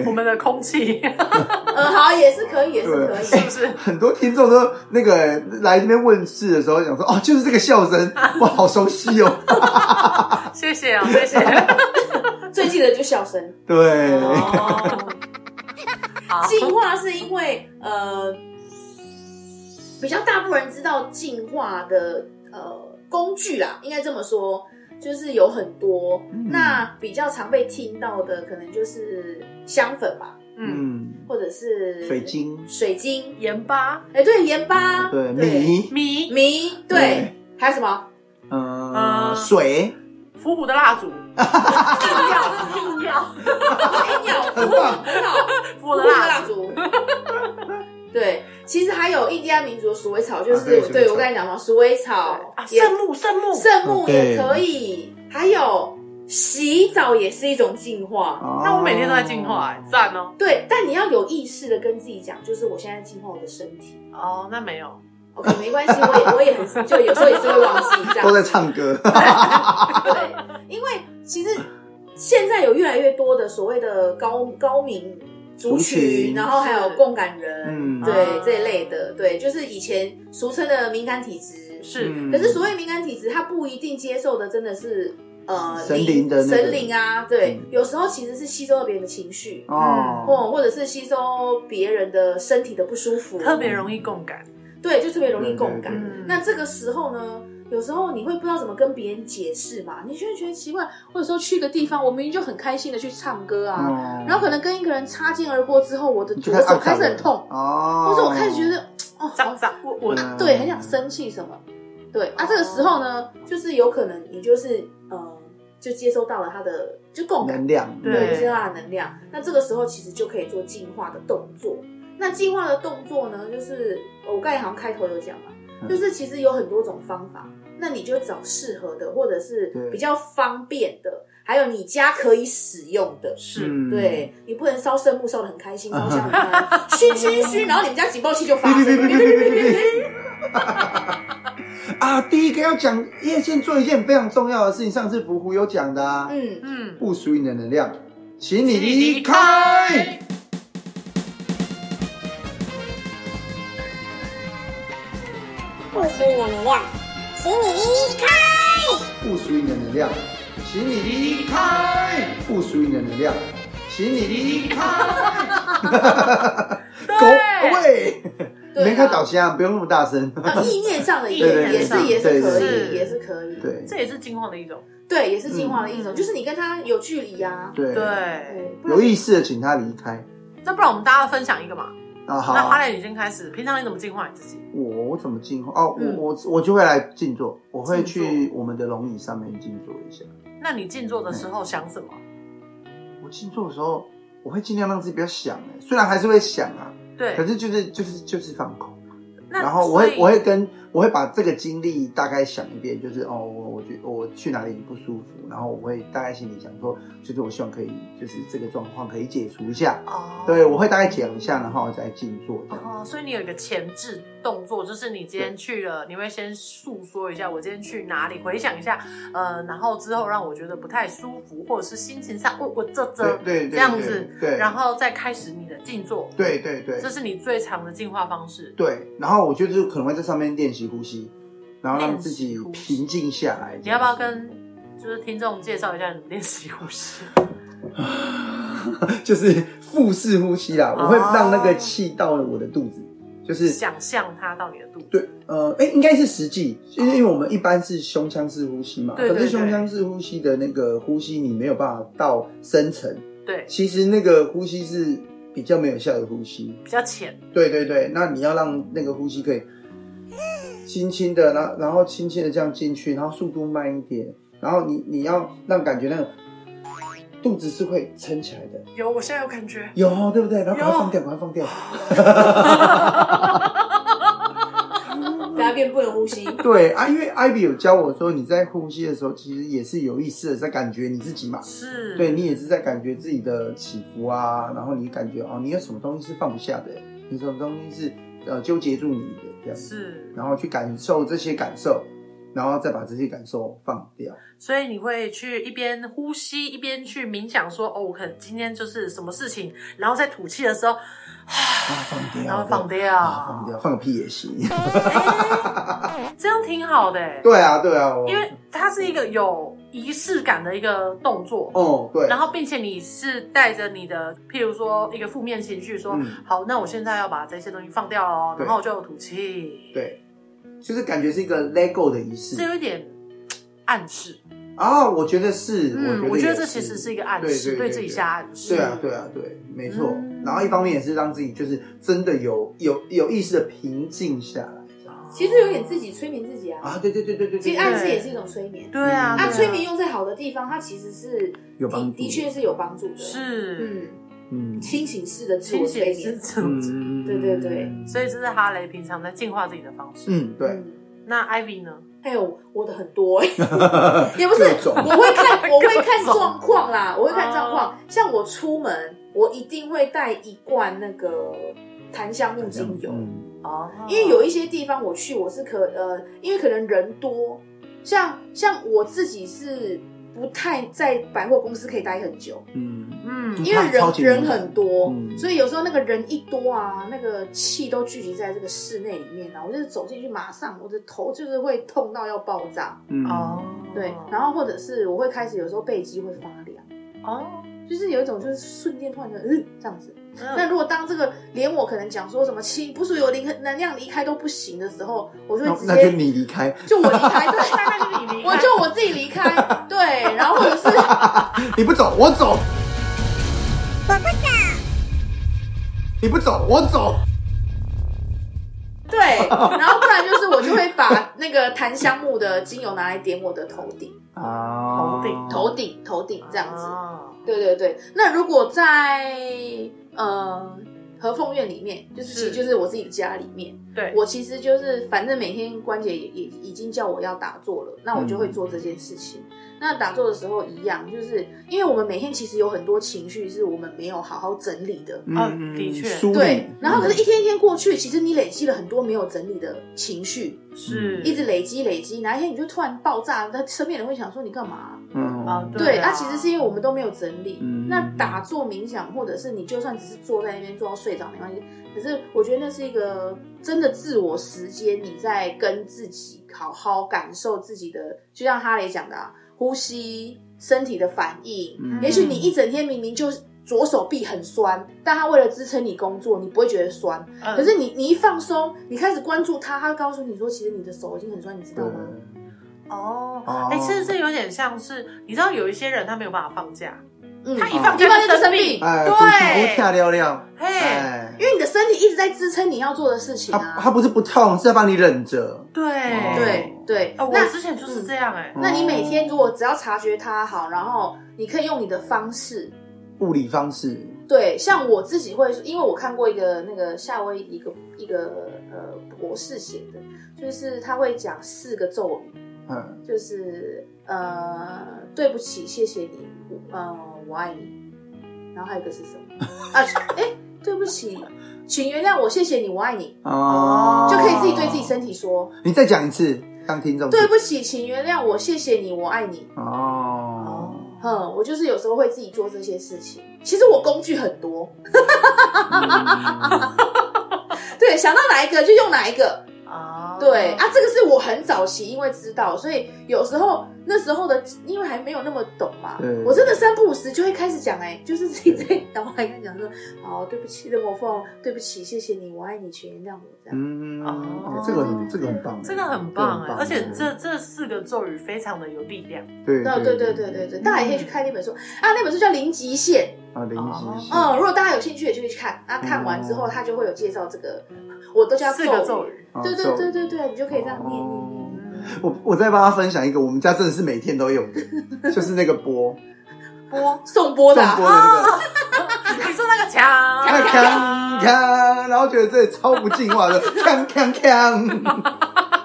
我们的空
<laughs>
气，
嗯，好，也是可以，也是可
是
以。
不是？
很多听众都那个来这边问事的时候，想说哦，就是这个笑
<laughs>
声，哇，好熟悉哦。
谢谢啊，谢谢。
最近的就小神
对，
哦，好，
进化是因为呃，比较大部分人知道进化的呃工具啦，应该这么说。就是有很多，
嗯
那比较常被听到的可能就是香粉吧，
嗯，
嗯，
或者是
水晶，
水晶，
盐巴
哎、对，盐巴，
对，米，
米，
迷，对，
对
还有什么？
嗯，
呃
水，
伏虎的蜡 <laughs> 烛，硬要硬要
哎呀，
很棒，
很好，
伏虎的
<laughs> 乌克
蜡
蜡
烛，
烛。对，其实还有印第安民族的鼠尾草，就
啊
是、
对鼠尾草
对我刚才讲嘛，鼠尾草
啊，
也
圣木圣木，
圣木也
哦对
可以，还有洗澡也是一种进化。
哦
那我每天都在进化，哎赞哦。
对，但你要有意识的跟自己讲，就是我现在进化我的身体。
哦，那没有，
OK，没关系，我也我也很就有时候也是会忘记这样
都。在唱歌，
对，因为其实现在有越来越多的所谓的高高明族
族
群，
群
然后还有
是
共感人，
嗯，
对
啊
这一类的，对，就是以前俗称的敏感体质。
是
嗯
可是所谓敏感体质，它不一定接受的真的是呃
神灵的那个
神灵啊，对
嗯，
有时候其实是吸收了别人的情绪。
哦，
或或者是吸收别人的身体的不舒服，
特别容易共感。
对，就特别容易共感。
对对对
嗯，
那这个时候呢，有时候你会不知道怎么跟别人解释嘛，你就会觉得奇怪。或者说去个地方，我明明就很开心的去唱歌啊，
哦
然后可能跟一个人擦肩而过之后，我的
你就
左
开始
手
按
开始
掌
很
了
痛，
哦，
或者我开始觉得哦，
脏
好
脏，我我
嗯
对，很想生气什么，对啊，这个时候呢，就是有可能你就是呃，就接收到了他的就共感
能量，
对
对，知道它的能量。那这个时候其实就可以做净化的动作。那净化的动作呢，就是我刚才好像开头有讲嘛，
嗯
就是其实有很多种方法，那你就找适合的，或者
对
是比较方便的，还有你家可以使用的。
是
嗯，
对你不能烧圣木烧的很开心，烧香很开心
<laughs>
熏熏熏，然后你们家警报器就发
哔哔哔哔哔
生。
哔哔哔。 <laughs> 啊，第一个要讲叶先做一件非常重要的事情，上次福福有讲的啊，
嗯，
嗯，
不属于你的能量，请你离开。
不属于你的能
啊
量，请你离开。
不属于你的能量，请你离开。不属于你的能量，请你离开。狗喂，你
对啊
没看导线啊，不用那么
<laughs>
大声。
啊，意念上的也
对对
也是也是可
对
对
以，
对
也是可以，
对
这也是进化的一种。
对，也是进化的一种，
嗯
就是你跟他有距离呀。
对，
对，
对，不然
有意识的请他离开。
那不然我们大家分享一个嘛？
啊好
那
啊，
阿磊，你先开始。平常你怎么进化你自己？
我我怎么进化？哦，我
嗯
我我就会来静坐，我会
静
去我们的龙椅上面静坐一下。
那你静坐的时候想什么？
我静坐的时候，我会尽量让自己不要想，哎，虽然还是会想啊，
对
可，是就是就是就是放空。
那
然后我会
所以
我会跟我会把这个经历大概想一遍，就是哦，我我觉我去哪里不舒服，然后我会大概心里想说，就是我希望可以就是这个状况可以解除一下，
哦，
对我会大概讲一下，然后再静坐这样。
哦，所以你有一个前置动作，就是你今天去了，你会先诉说一下我今天去哪里，回想一下，呃，然后之后让我觉得不太舒服，或者是心情上，我我这这
对对对，
这样子，
对，
然后再开始你的静坐，
对对对
这是你最长的进化方式。
对，然后我就是可能会在上面练习呼吸，然后让自己
练习呼吸
平静下来。
你要不要跟就是听众介绍一下你的练习呼吸？
<laughs> 就是腹式呼吸啦？我会
哦
让那个气到我的肚子， <laughs> 就是
想象它到你的肚子，
对，呃，哎、应该是实际，因为因为我们一般是胸腔式呼吸嘛，
对对
可是胸
对
腔式呼吸的那个呼吸，你没有办法到深层，
对，
其实那个呼吸是比较没有效的呼吸。
比较浅，
对对对，那你要让那个呼吸可以轻轻的，然后然后轻轻的这样进去，然后速度慢一点，然后你你要让赶觉那个肚子是会撑起来的，
有，我现在有感觉。
有对不对？然后赶快
有
放掉，赶快放掉。
大家变不能呼吸，
对啊，因为艾比有教我说，你在呼吸的时候，其实也是有意识的在感觉你自己嘛，
是，
对你也是在感觉自己的起伏啊，然后你感觉哦，你有什么东西是放不下的，有什么东西是呃纠结住你的这样子，
是，
然后去感受这些感受，然后再把这些感受放掉。
所以你会去一边呼吸一边去冥想说，哦，我可能今天就是什么事情，然后在吐气的时候，
啊，放掉，
然后放掉
啊放掉，放个屁也行。 <laughs>
这样挺好的欸，
对啊，对啊，我
因为它是一个有仪式感的一个动作，
哦，对，
然后并且你是带着你的，譬如说一个负面情绪，说、
嗯
好，那我现在要把这些东西放掉哦，
对
然后就吐气，，
对，就是感觉是一个 lego 的仪式
这有一点嘖暗示，
啊，我觉得是，
嗯，
我
我
觉
觉
得
得
也
这其实是一个暗
对对
示，
对
对自己下暗示，
对啊，对啊，对，没错。
嗯
然后一方面也是让自己就是真的有有有意识的平静下来这样
其实有点自己催眠自己啊。
啊，对对对对对，对
其实暗示也是一种催眠，
对啊，
嗯
对
啊，
啊
催眠用在好的地方，它其实是
有帮
的
助
的确是有帮助的。，
是。
嗯，
嗯
清醒式的自
清
我催
醒是
眠，
这样
嗯
子，
嗯，
对对对
所以这是哈雷平常在净化自己的方式。
嗯对，
嗯。
那 Ivy 呢？
哎呦，我的很多、欸，
嗯
也不是，
<laughs> 各种
我会
<laughs>
看，我会看
各种哦
状况啦，我会看状况。像我出门，我一定会带一罐那个檀香木精油，
嗯
哦，
因为有一些地方我去，我是可呃，因为可能人多，像像我自己是不太在百货公司可以待很久，
嗯，
嗯
嗯
因为
超
人
级
人
敏感
很多，
嗯
所以有时候那个人一多啊，那个气都聚集在这个室内里面啊，我就是走进去，马上我的头就是会痛到要爆炸，
嗯
哦，
对，然后或者是我会开始有时候背肌会发凉，
哦，
就是有一种就是瞬间突然就嗯这样子。那
那
如果当这个连我可能讲说什么气不属于我离能量离开都不行的时候，我就
那
会直
那就
接
你离开，
就我离开，对，
那就是你离
我
开，
就我自己离开，对，然后或者是
你不走我走，你不走我走，
对，然后不然就是我就会把那个檀香木的精油拿来点我的头顶，
啊，
头顶
头顶，头顶这样子。
啊
对对对，那如果在呃和凤院里面，就是其实
是
就是我自己的家里面，
对
我其实就是反正每天关节也也已经叫我要打坐了，那我
嗯
就会做这件事情。那打坐的时候一样，就是因为我们每天其实有很多情绪是我们没有好好整理哦的，
嗯
啊
嗯
的确
梳理
对，然后可是，一
嗯
天一天过去，其实你累积了很多没有整理的情绪，
是
嗯一
嗯
直累积累积，哪一天你就突然爆炸，那身边人会想说你干嘛、
嗯
啊对
哦对，
啊
那其实是因为我们都没有整理。
嗯
那打坐冥想，或者是你就算只是坐在那边坐到睡着没关系，可是我觉得那是一个真的自我时间，你在跟自己好好感受自己的，就像哈雷讲的、啊，呼吸、身体的反应。
嗯
也许你一整天明明就左手臂很酸，但他为了支撑你工作，你不会觉得酸。
嗯
可是你你一放松，你开始关注他，他告诉你说，其实你的手已经很酸，你知道吗？
哦
哦，
哎，其实这有点像是，你知道有一些人他没有办法放假，
嗯，
他一
哦
放
一
假
放假就
生
生病
哎，
对
主题不跳料料，
嘿，
哎
因，为你的身体一直在支撑你要做的事情
他
啊。
他不是不痛，是在帮你忍着。
对
对对，
哦，我
那
之前就是这样哎，
那你每天如果只要察觉它好，然后你可以用你的方式，
物理方式，
对，像我自己会，因为我看过一个那个夏威夷一个一个呃博士写的，就是他会讲四个咒语，
嗯，
就是呃对不起，谢谢你，我呃我爱你，然后还有一个是什么啊？哎，对不起，请原谅我，谢谢你，我爱你，
哦，
就可以自己对自己身体说
你再讲一次，让听众
对不起，请原谅我，谢谢你，我爱你。
哦，
哼，我就是有时候会自己做这些事情。其实我工具很多，
嗯
对，想到哪一个就用哪一个。
啊，
嗯对啊，这个是我很早期因为知道，所以有时候那时候的因为还没有那么懂嘛
对，
我真的三不五时就会开始讲，哎，就是自己在脑海跟讲说，哦，对不起，任我凤，对不起，谢谢你，我爱你，请原谅我，这样。
嗯，
哦
哦这个很这个很棒，
这个很棒哎，
这个
而且这这四个咒语非常的有力量。
对
那嗯对哦对对对对，大家也可以去看那本书啊，那本书叫《零极限》。
啊，零级是
嗯，如果大家有兴趣，也就去看。那看完之后，他就会有介绍这个，我都叫
嗯四个
咒
咒嗯
语。
语， <laughs>
啊
对对
咒
对对对，你就可以这样念念念。
<laughs> 我我再帮他分享一个，我们家真的是每天都用的，就是那
<laughs>
个波
哦
播送播的
送
啊、
波的那个。
你说那个强，
那锵锵，然后觉得这里超不进化的，锵锵锵。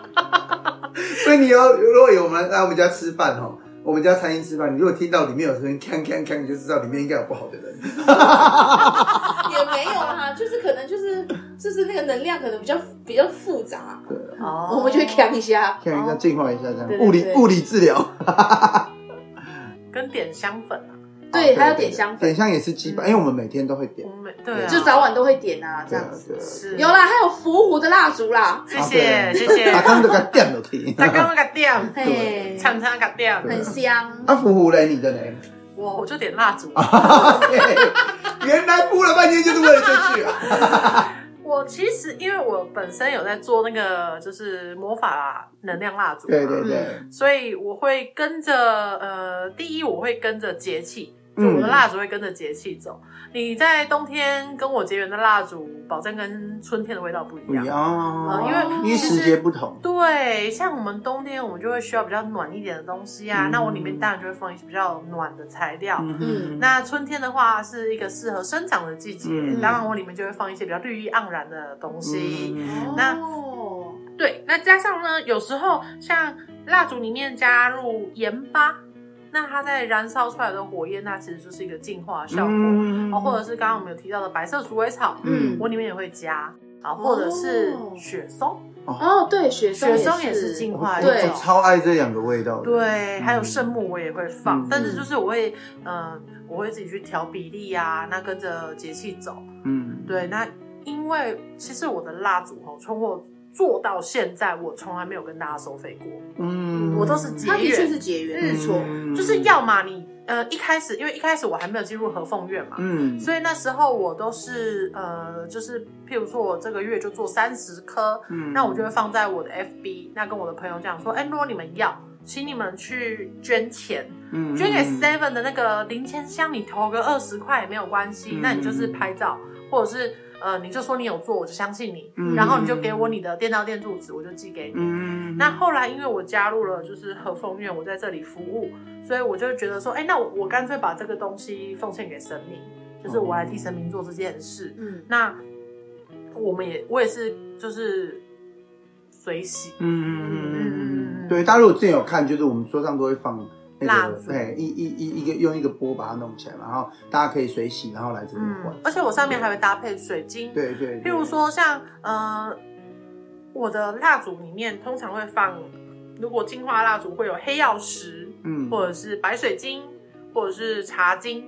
<laughs> 所以你要如果有我们来我们家吃饭哦，我们家餐厅吃饭，你如果听到里面有声音锵锵锵，你就知道里面应该有不好的人。
也没有
<laughs>
啦、就是可能就是就是那个能量可能比较比较复杂，
哦
我们就
<laughs>
会扛一下。
看一下进化一下这样，
对对
物理
对
物理治疗。
跟点香粉啊，
哦
对，还有点香
点
粉，
香也是基
嗯
本，因为我们每天都会点
我。们对啊，
就早晚都会点啊，这
对啊
样子。
对啊，
是
有啦，还有伏虎的蜡烛啦，
谢谢谢
<laughs> 打
谢，
啊刚都给它点落去。
大 <laughs> 刚那个点，
嘿，
长长那个点，
很香。
<laughs>
哦
啊，服服嘞，你的嘞？ <laughs>
我我就点蜡烛。
啊原来铺了半天就是为了这句
嗯
啊！
我其实因为我本身有在做那个就是魔法能量蜡烛嘛，
对对对，
所以我会跟着呃，第一我会跟着节气，就
嗯
我的蜡烛会跟着节气走。你在冬天跟我结缘的蜡烛，保证跟春天的味道不一
不
样。
要
啊，因
哦
为
因为
其
时
实
节不同。
对，像我们冬天，我们就会需要比较暖一点的东西啊。
嗯
那我里面当然就会放一些比较暖的材料。
嗯
那春天的话是一个适合生长的季节，
嗯
当然我里面就会放一些比较绿意盎然的东西。
嗯
那
哦，
对，那加上呢，有时候像蜡烛里面加入盐巴，那它在燃烧出来的火焰，它其实就是一个净化效果。
嗯
哦，或者是刚刚我们有提到的白色鼠尾草，
嗯
我里面也会加啊，或者是雪松，
哦，对，雪松
雪松也
也
是净化的
对
一
我
种。
超爱这两个味道的。
对，还有圣木我也会放，
嗯
但是就是我会，嗯、我会自己去调比例啊，那跟着节气走。
嗯，
对，那因为其实我的蜡烛哦，从我做到现在，我从来没有跟大家收费过。
嗯，
我都是结
它的确
缘，
是结缘，
嗯
没错。
就是要嘛你呃一开始，因为一开始我还没有进入和凤院嘛，
嗯，
所以那时候我都是呃就是譬如说我这个月就做三十颗，
嗯
那我就会放在我的 FB，那跟我的朋友讲说，哎、如果你们要。请你们去捐钱，
嗯
捐给 Seven 的那个零钱箱，你投个二十块也没有关系。
嗯
那你就是拍照，或者是呃，你就说你有做，我就相信你，
嗯
然后你就给我你的店到店住址，我就寄给你。
嗯，
那后来因为我加入了就是和风院，我在这里服务，所以我就觉得说，哎、那我我干脆把这个东西奉献给神明，就是我来替神明做这件事。
嗯，
那我们也我也是就是随喜
嗯，嗯嗯嗯嗯，对，大家如果之前有看，就是我们桌上都会放那
蜡
个，
烛
对，一一一一个用一个波把它弄起来嘛，然后大家可以水洗，然后来这边换
嗯，。而且我上面还会搭配水晶，
对对，对
譬如，说像呃，我的蜡烛里面通常会放，如果净化蜡烛会有黑曜石，
嗯，
或者是白水晶，或者是茶晶，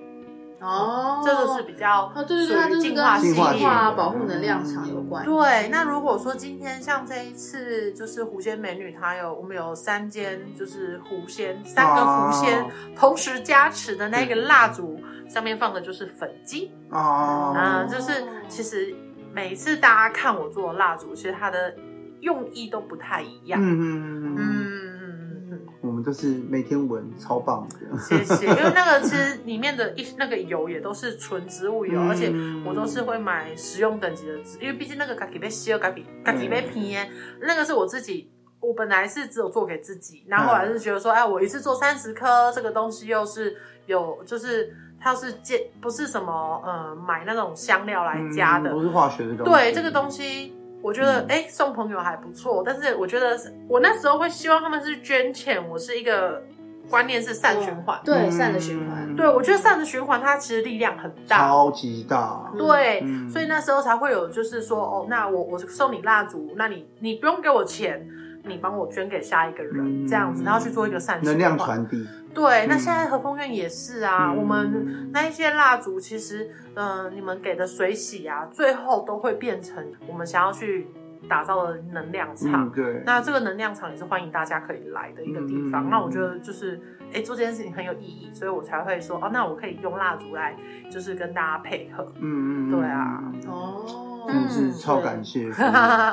哦，
这个是比较
哦，对对对，它
属于
就是
净
跟
化
净
系
化
列
系
化嗯
列
保护能量场有关。
对，那如果说今天像这一次，就是狐仙美女，她有我们有三间，就是狐仙三个狐仙、
哦
同时加持的那个蜡烛，上面放的就是粉晶，
哦，
啊、就是其实每次大家看我做的蜡烛，其实它的用意都不太一样。嗯
嗯嗯嗯，
嗯嗯
我们都是每天闻，超棒的。
谢谢，因为那个其实里面的一那个油也都是纯植物油，
嗯
而且我都是会买食用等级的植，因为毕竟那个咖喱被吸了，咖喱咖喱被拼耶，那个是我自己。我本来是只有做给自己，然后后来
嗯
是觉得说，哎，我一次做三十颗，这个东西又是有，就是它是健，不是什么呃买那种香料来加的，
嗯不是化学的东西。
对这个东西，我觉得
嗯
哎、诶送朋友还不错，但是我觉得是我那时候会希望他们是捐钱，我是一个观念是善循环。
对，
嗯
善的循环。
对，我觉得善的循环它其实力量很大。
超级大。
对，
嗯
所以那时候才会有，就是说，哦，那我我送你蜡烛，那你你不用给我钱，你帮我捐给下一个人，
嗯
这样子，然后去做一个善循
能
环
量传递，
对，那
嗯
现在和风院也是啊，
嗯
我们那一些蜡烛，其实，嗯、你们给的水洗啊，最后都会变成我们想要去打造的能量场。
嗯，对，
那这个能量场也是欢迎大家可以来的一个地
嗯
方。那我觉得就是，哎、做这件事情很有意义，所以我才会说，哦，那我可以用蜡烛来，就是跟大家配合。
嗯嗯，
对啊，
哦，
真的是超感谢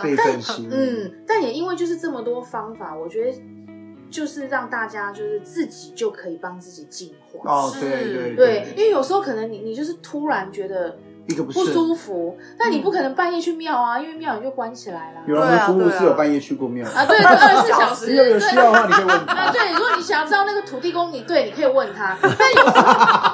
这一份心，
<laughs> 嗯，但也因为就是这么多方法，我觉得就是让大家就是自己就可以帮自己净化。
哦，对对
对，因为有时候可能你你就是突然觉得
一个不
不
是
舒服，但你不可能半夜去庙啊，因为庙你就关起来啦。
有人
对
我
啊
服务
对啊
是有半夜去过庙，
啊，对，二十四小时，
如果有需要的话，你可以问
啊，<laughs>
他。
对，如果你想要知道那个土地公，你对，你可以问他。但有时候，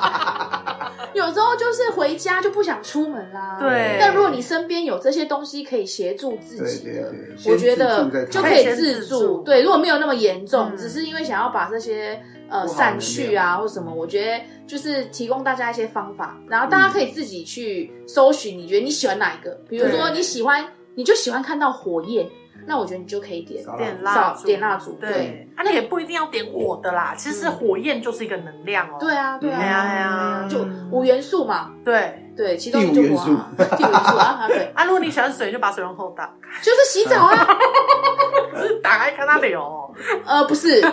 有时候就是回家就不想出门啦。
对
但如果你身边有这些东西可以协助自己的，
对对对
我觉
先自助再
得
谈
就可以
可以先
自
自助
助。对，如果没有那么严重，
嗯
只是因为想要把这些呃
不好的
散去
能
啊或什么，我觉得就是提供大家一些方法，然后大家可以自己去搜寻，你觉得你喜欢哪一个？比如说
对
你喜欢，你就喜欢看到火焰，那我觉得你就可以点。
好啦
点蜡
少
烛，
点蜡烛，对
对，啊，那也不一定要点火的啦，其实
嗯
火焰就是一个能量哦。
对啊，对啊，
哎呀哎呀
就五元素嘛，
对。
对，其中一个就
嗯第五元素
我啊 <laughs> 第五元素啊，对，
啊，如果你喜欢水，就把水龙头打开，
就是洗澡啊，
只是打开看它流哦。
呃，不是，就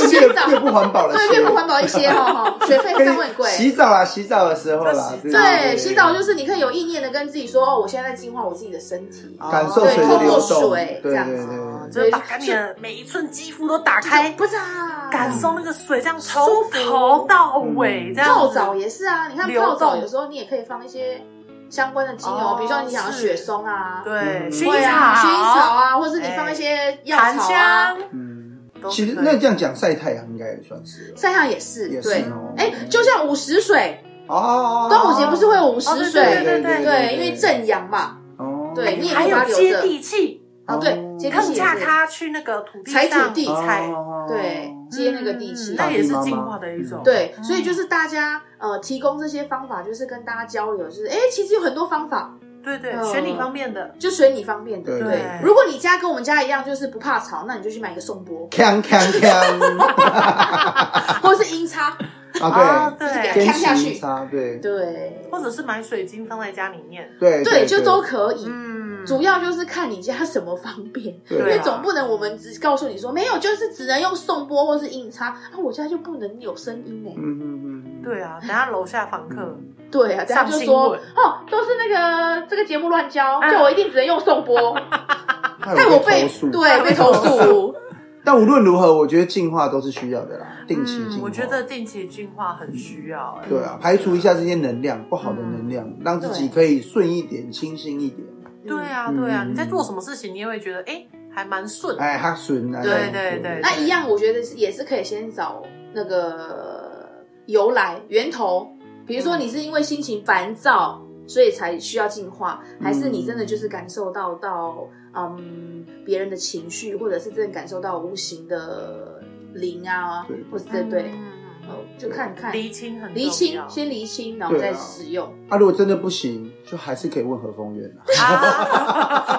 是洗澡，
越不环保了，
对，变不环保一些哦，哈，学费
可以
上会很贵。
洗澡啦，洗澡的时候啦，
就洗澡
对，洗澡就是你可以有意念的跟自己说，哦，我现在在净化我自己的身体，
感受水的流动，对对
哦
对，
就是把你的每一寸肌肤都打
哎，
开，
不是啊，
感受那个水这样
舒
从
服
头到
嗯
尾这样子。
泡澡也是啊，你看
流动
泡澡有时候你也可以放一些相关的精油
哦，
比如说你想要
是
雪松啊，
对，
嗯
薰
对
衣
啊，薰衣草
草、
啊，或是你放一些药
檀
草啊，
香，
嗯，
都
其实
可以
那这样讲晒太阳应该也算是
晒阳也是，
也是
对
哦，
哎，就像午时水，
哦，
端午节不是会有午
哦
时
对
水？
对对
对，因为正阳嘛，
哦，
对你也
还
可以
有
把它留
接
着。
地气，
啊，对，接
他
地
们
气也
架
是，
它去那个土地
踩
上
土地
踩，
对，接那个地气
嗯。那也是
大哦地妈妈
进化的一种。
对，所以就是大家呃提供这些方法，就是跟大家交流，就是哎，其实有很多方法，
对对，
嗯
选你方便的，
就选你方便的。
对
对
对，
如果你家跟我们家一样，就是不怕吵，那你就去买一个颂
<laughs>
钵
锵锵锵
或者是音叉，
<laughs> 啊，
哦对
就是给它
对，
锵
天
下
使
去。
沙，对
对
或者是买水晶放在家里面。
对
对，就都可以。
嗯，
主要就是看你家什么方便，
对
因为
啊
总不能我们只告诉你说没有，就是只能用送波或是音叉，啊，我家就不能有声音哎、
嗯嗯嗯，
对啊，等下楼下访
嗯
客
对啊，大家
上
就
新
说
闻。
哦，都是那个这个节目乱教，
啊
叫我一定只能用送波，
害
害我被
投诉，
对被投诉。
但无论如何，我觉得进化都是需要的啦，定期进
嗯，
化。
我觉得定期进化很需要、哎
对啊，排除一下这些能量，不好的
嗯
能量，让自己可以顺一点、清新一点。
对啊，
嗯
对啊，
嗯
你在做什么事情，你也会觉得哎、还蛮顺。
哎，哈顺啊，
对对对
那一样，我觉得是也是可以先找那个由来源头，比如
嗯
说你是因为心情烦躁，所以才需要进化，还是
嗯
你真的就是感受到到嗯别人的情绪，或者是真的感受到无形的灵啊
对，
或者对对，
嗯，
哦就看看
厘清很重
厘清
要，
先厘清，然后
对啊
再使用。
<laughs> 啊，如果真的不行，就还是可以问何风远啊。
啊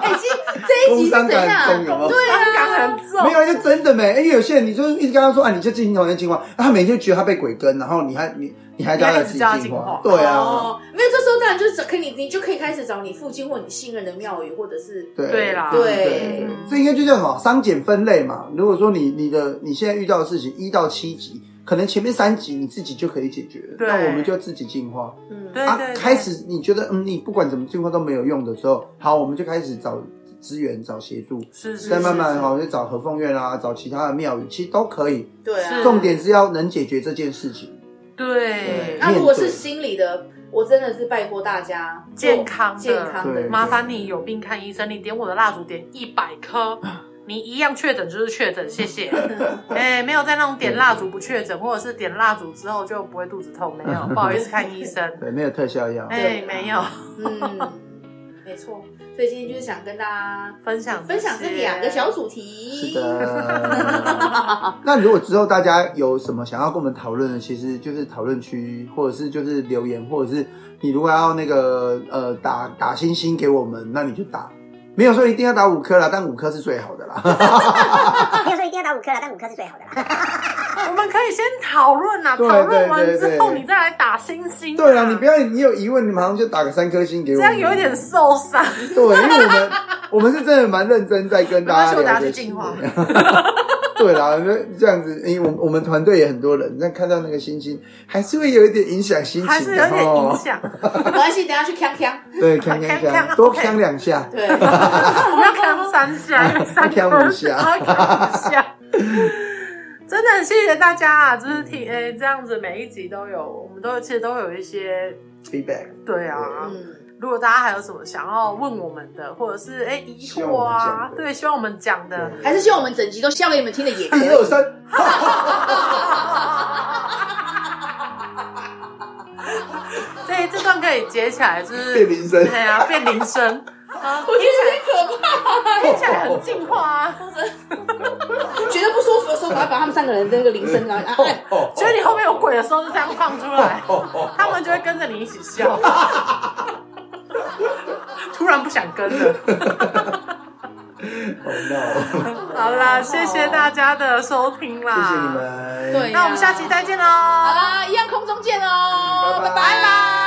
<laughs>
哎，今这一集
工
是
伤
怎
感重有
样？
没有
对啊，
很重
没有，就真的没。因为有些人，你就一直跟他说啊，你就进化，你就进化，啊他每天觉得他被鬼跟，然后你还你你还叫他自
你还一直叫他
己进
进化
化，对啊，
哦，没有，这时候当然就是找可以，你就可以开始找你附近或你信任的庙宇，或者是
对
对啦
对
对
对，这应该就叫什么商检分类嘛。如果说你你的你现在遇到的事情一到七级，可能前面三级你自己就可以解决了，
对
那我们就自己进化。
嗯，
对
啊
对，对
开始你觉得嗯，你不管怎么进化都没有用的时候，好，我们就开始找资源、找协助，
是是
再慢慢哦
是
好就找和凤院啦，找其他的庙宇，其实都可以。
对啊
是。
重点是要能解决这件事情。
对，
那如果是
面对
心理的，我真的是拜托大家
健康的
健康
对
的，
麻烦你有病看医生，你点我的蜡烛点一百颗，你一样确诊就是确诊，
<laughs>
谢谢。哎、没有在那种点蜡烛不确诊，或者是点蜡烛之后就不会肚子痛，没有，不好意思看医生。
对，没有特效药。
哎、没有
嗯，没错。所以今天就是想跟大家
分享
分享这
些
两个小主题。
是的。那如果之后大家有什么想要跟我们讨论的，其实就是讨论区，或者是就是留言，或者是你如果要那个呃打打星星给我们，那你就打。没有说一定要打五颗啦，但五颗是最好的啦。
<laughs>
没有说一 <laughs> 定要打五颗了，但五颗是最好的啦。
<laughs> 我们可以先讨论啊，
对
讨论完
对对
之后
对
你再来打星星、啊
对啊啦，你不要你有疑问，你马上就打个三颗星给我
这
们。
样有一点受伤。
对，因为我
<laughs>
们我们是真的蛮认真在跟大家
没关系我
聊
等下
这
去
些
进
<laughs>
化
对啦，因为这样子，因为我们我们团队也很多人，但看到那个星星，还是会有一点影响心
还
情
是
的
有点影
哦。
响，
没关系，等一下去锵锵。
对，锵锵
锵锵
锵，多
OK
锵两下。 <laughs>
对，
我要扛三下，因为三
要扛五下
要扛五下。真的很谢谢大家啊！就是听诶、这样子每一集都有，我们都其实都有一些
Feedback，
对啊。
嗯，
如果大家还有什么想要问我们的，或者是诶、疑
希望
惑
我们
啊
讲，的
对，希望我们讲的，
还是希望我们整集都笑给你们听的也可
一
以。
<laughs> 二三，
对，这段可以截起来，就是
变铃声
对啊，变铃声，啊，听起来听起来很进化啊。
觉得不舒服的时候，赶快把他们三个人的那个铃声，然后按。
哦
觉得你后面有鬼的时候，就这样放出来，他们就会跟着你一起笑。 <laughs> 突然不想跟了。
no，
好啦，谢谢大家的收听啦，
谢谢你。们。
对
那我们下期再见喽，
好啦，一样空中见哦，
拜
拜
拜
拜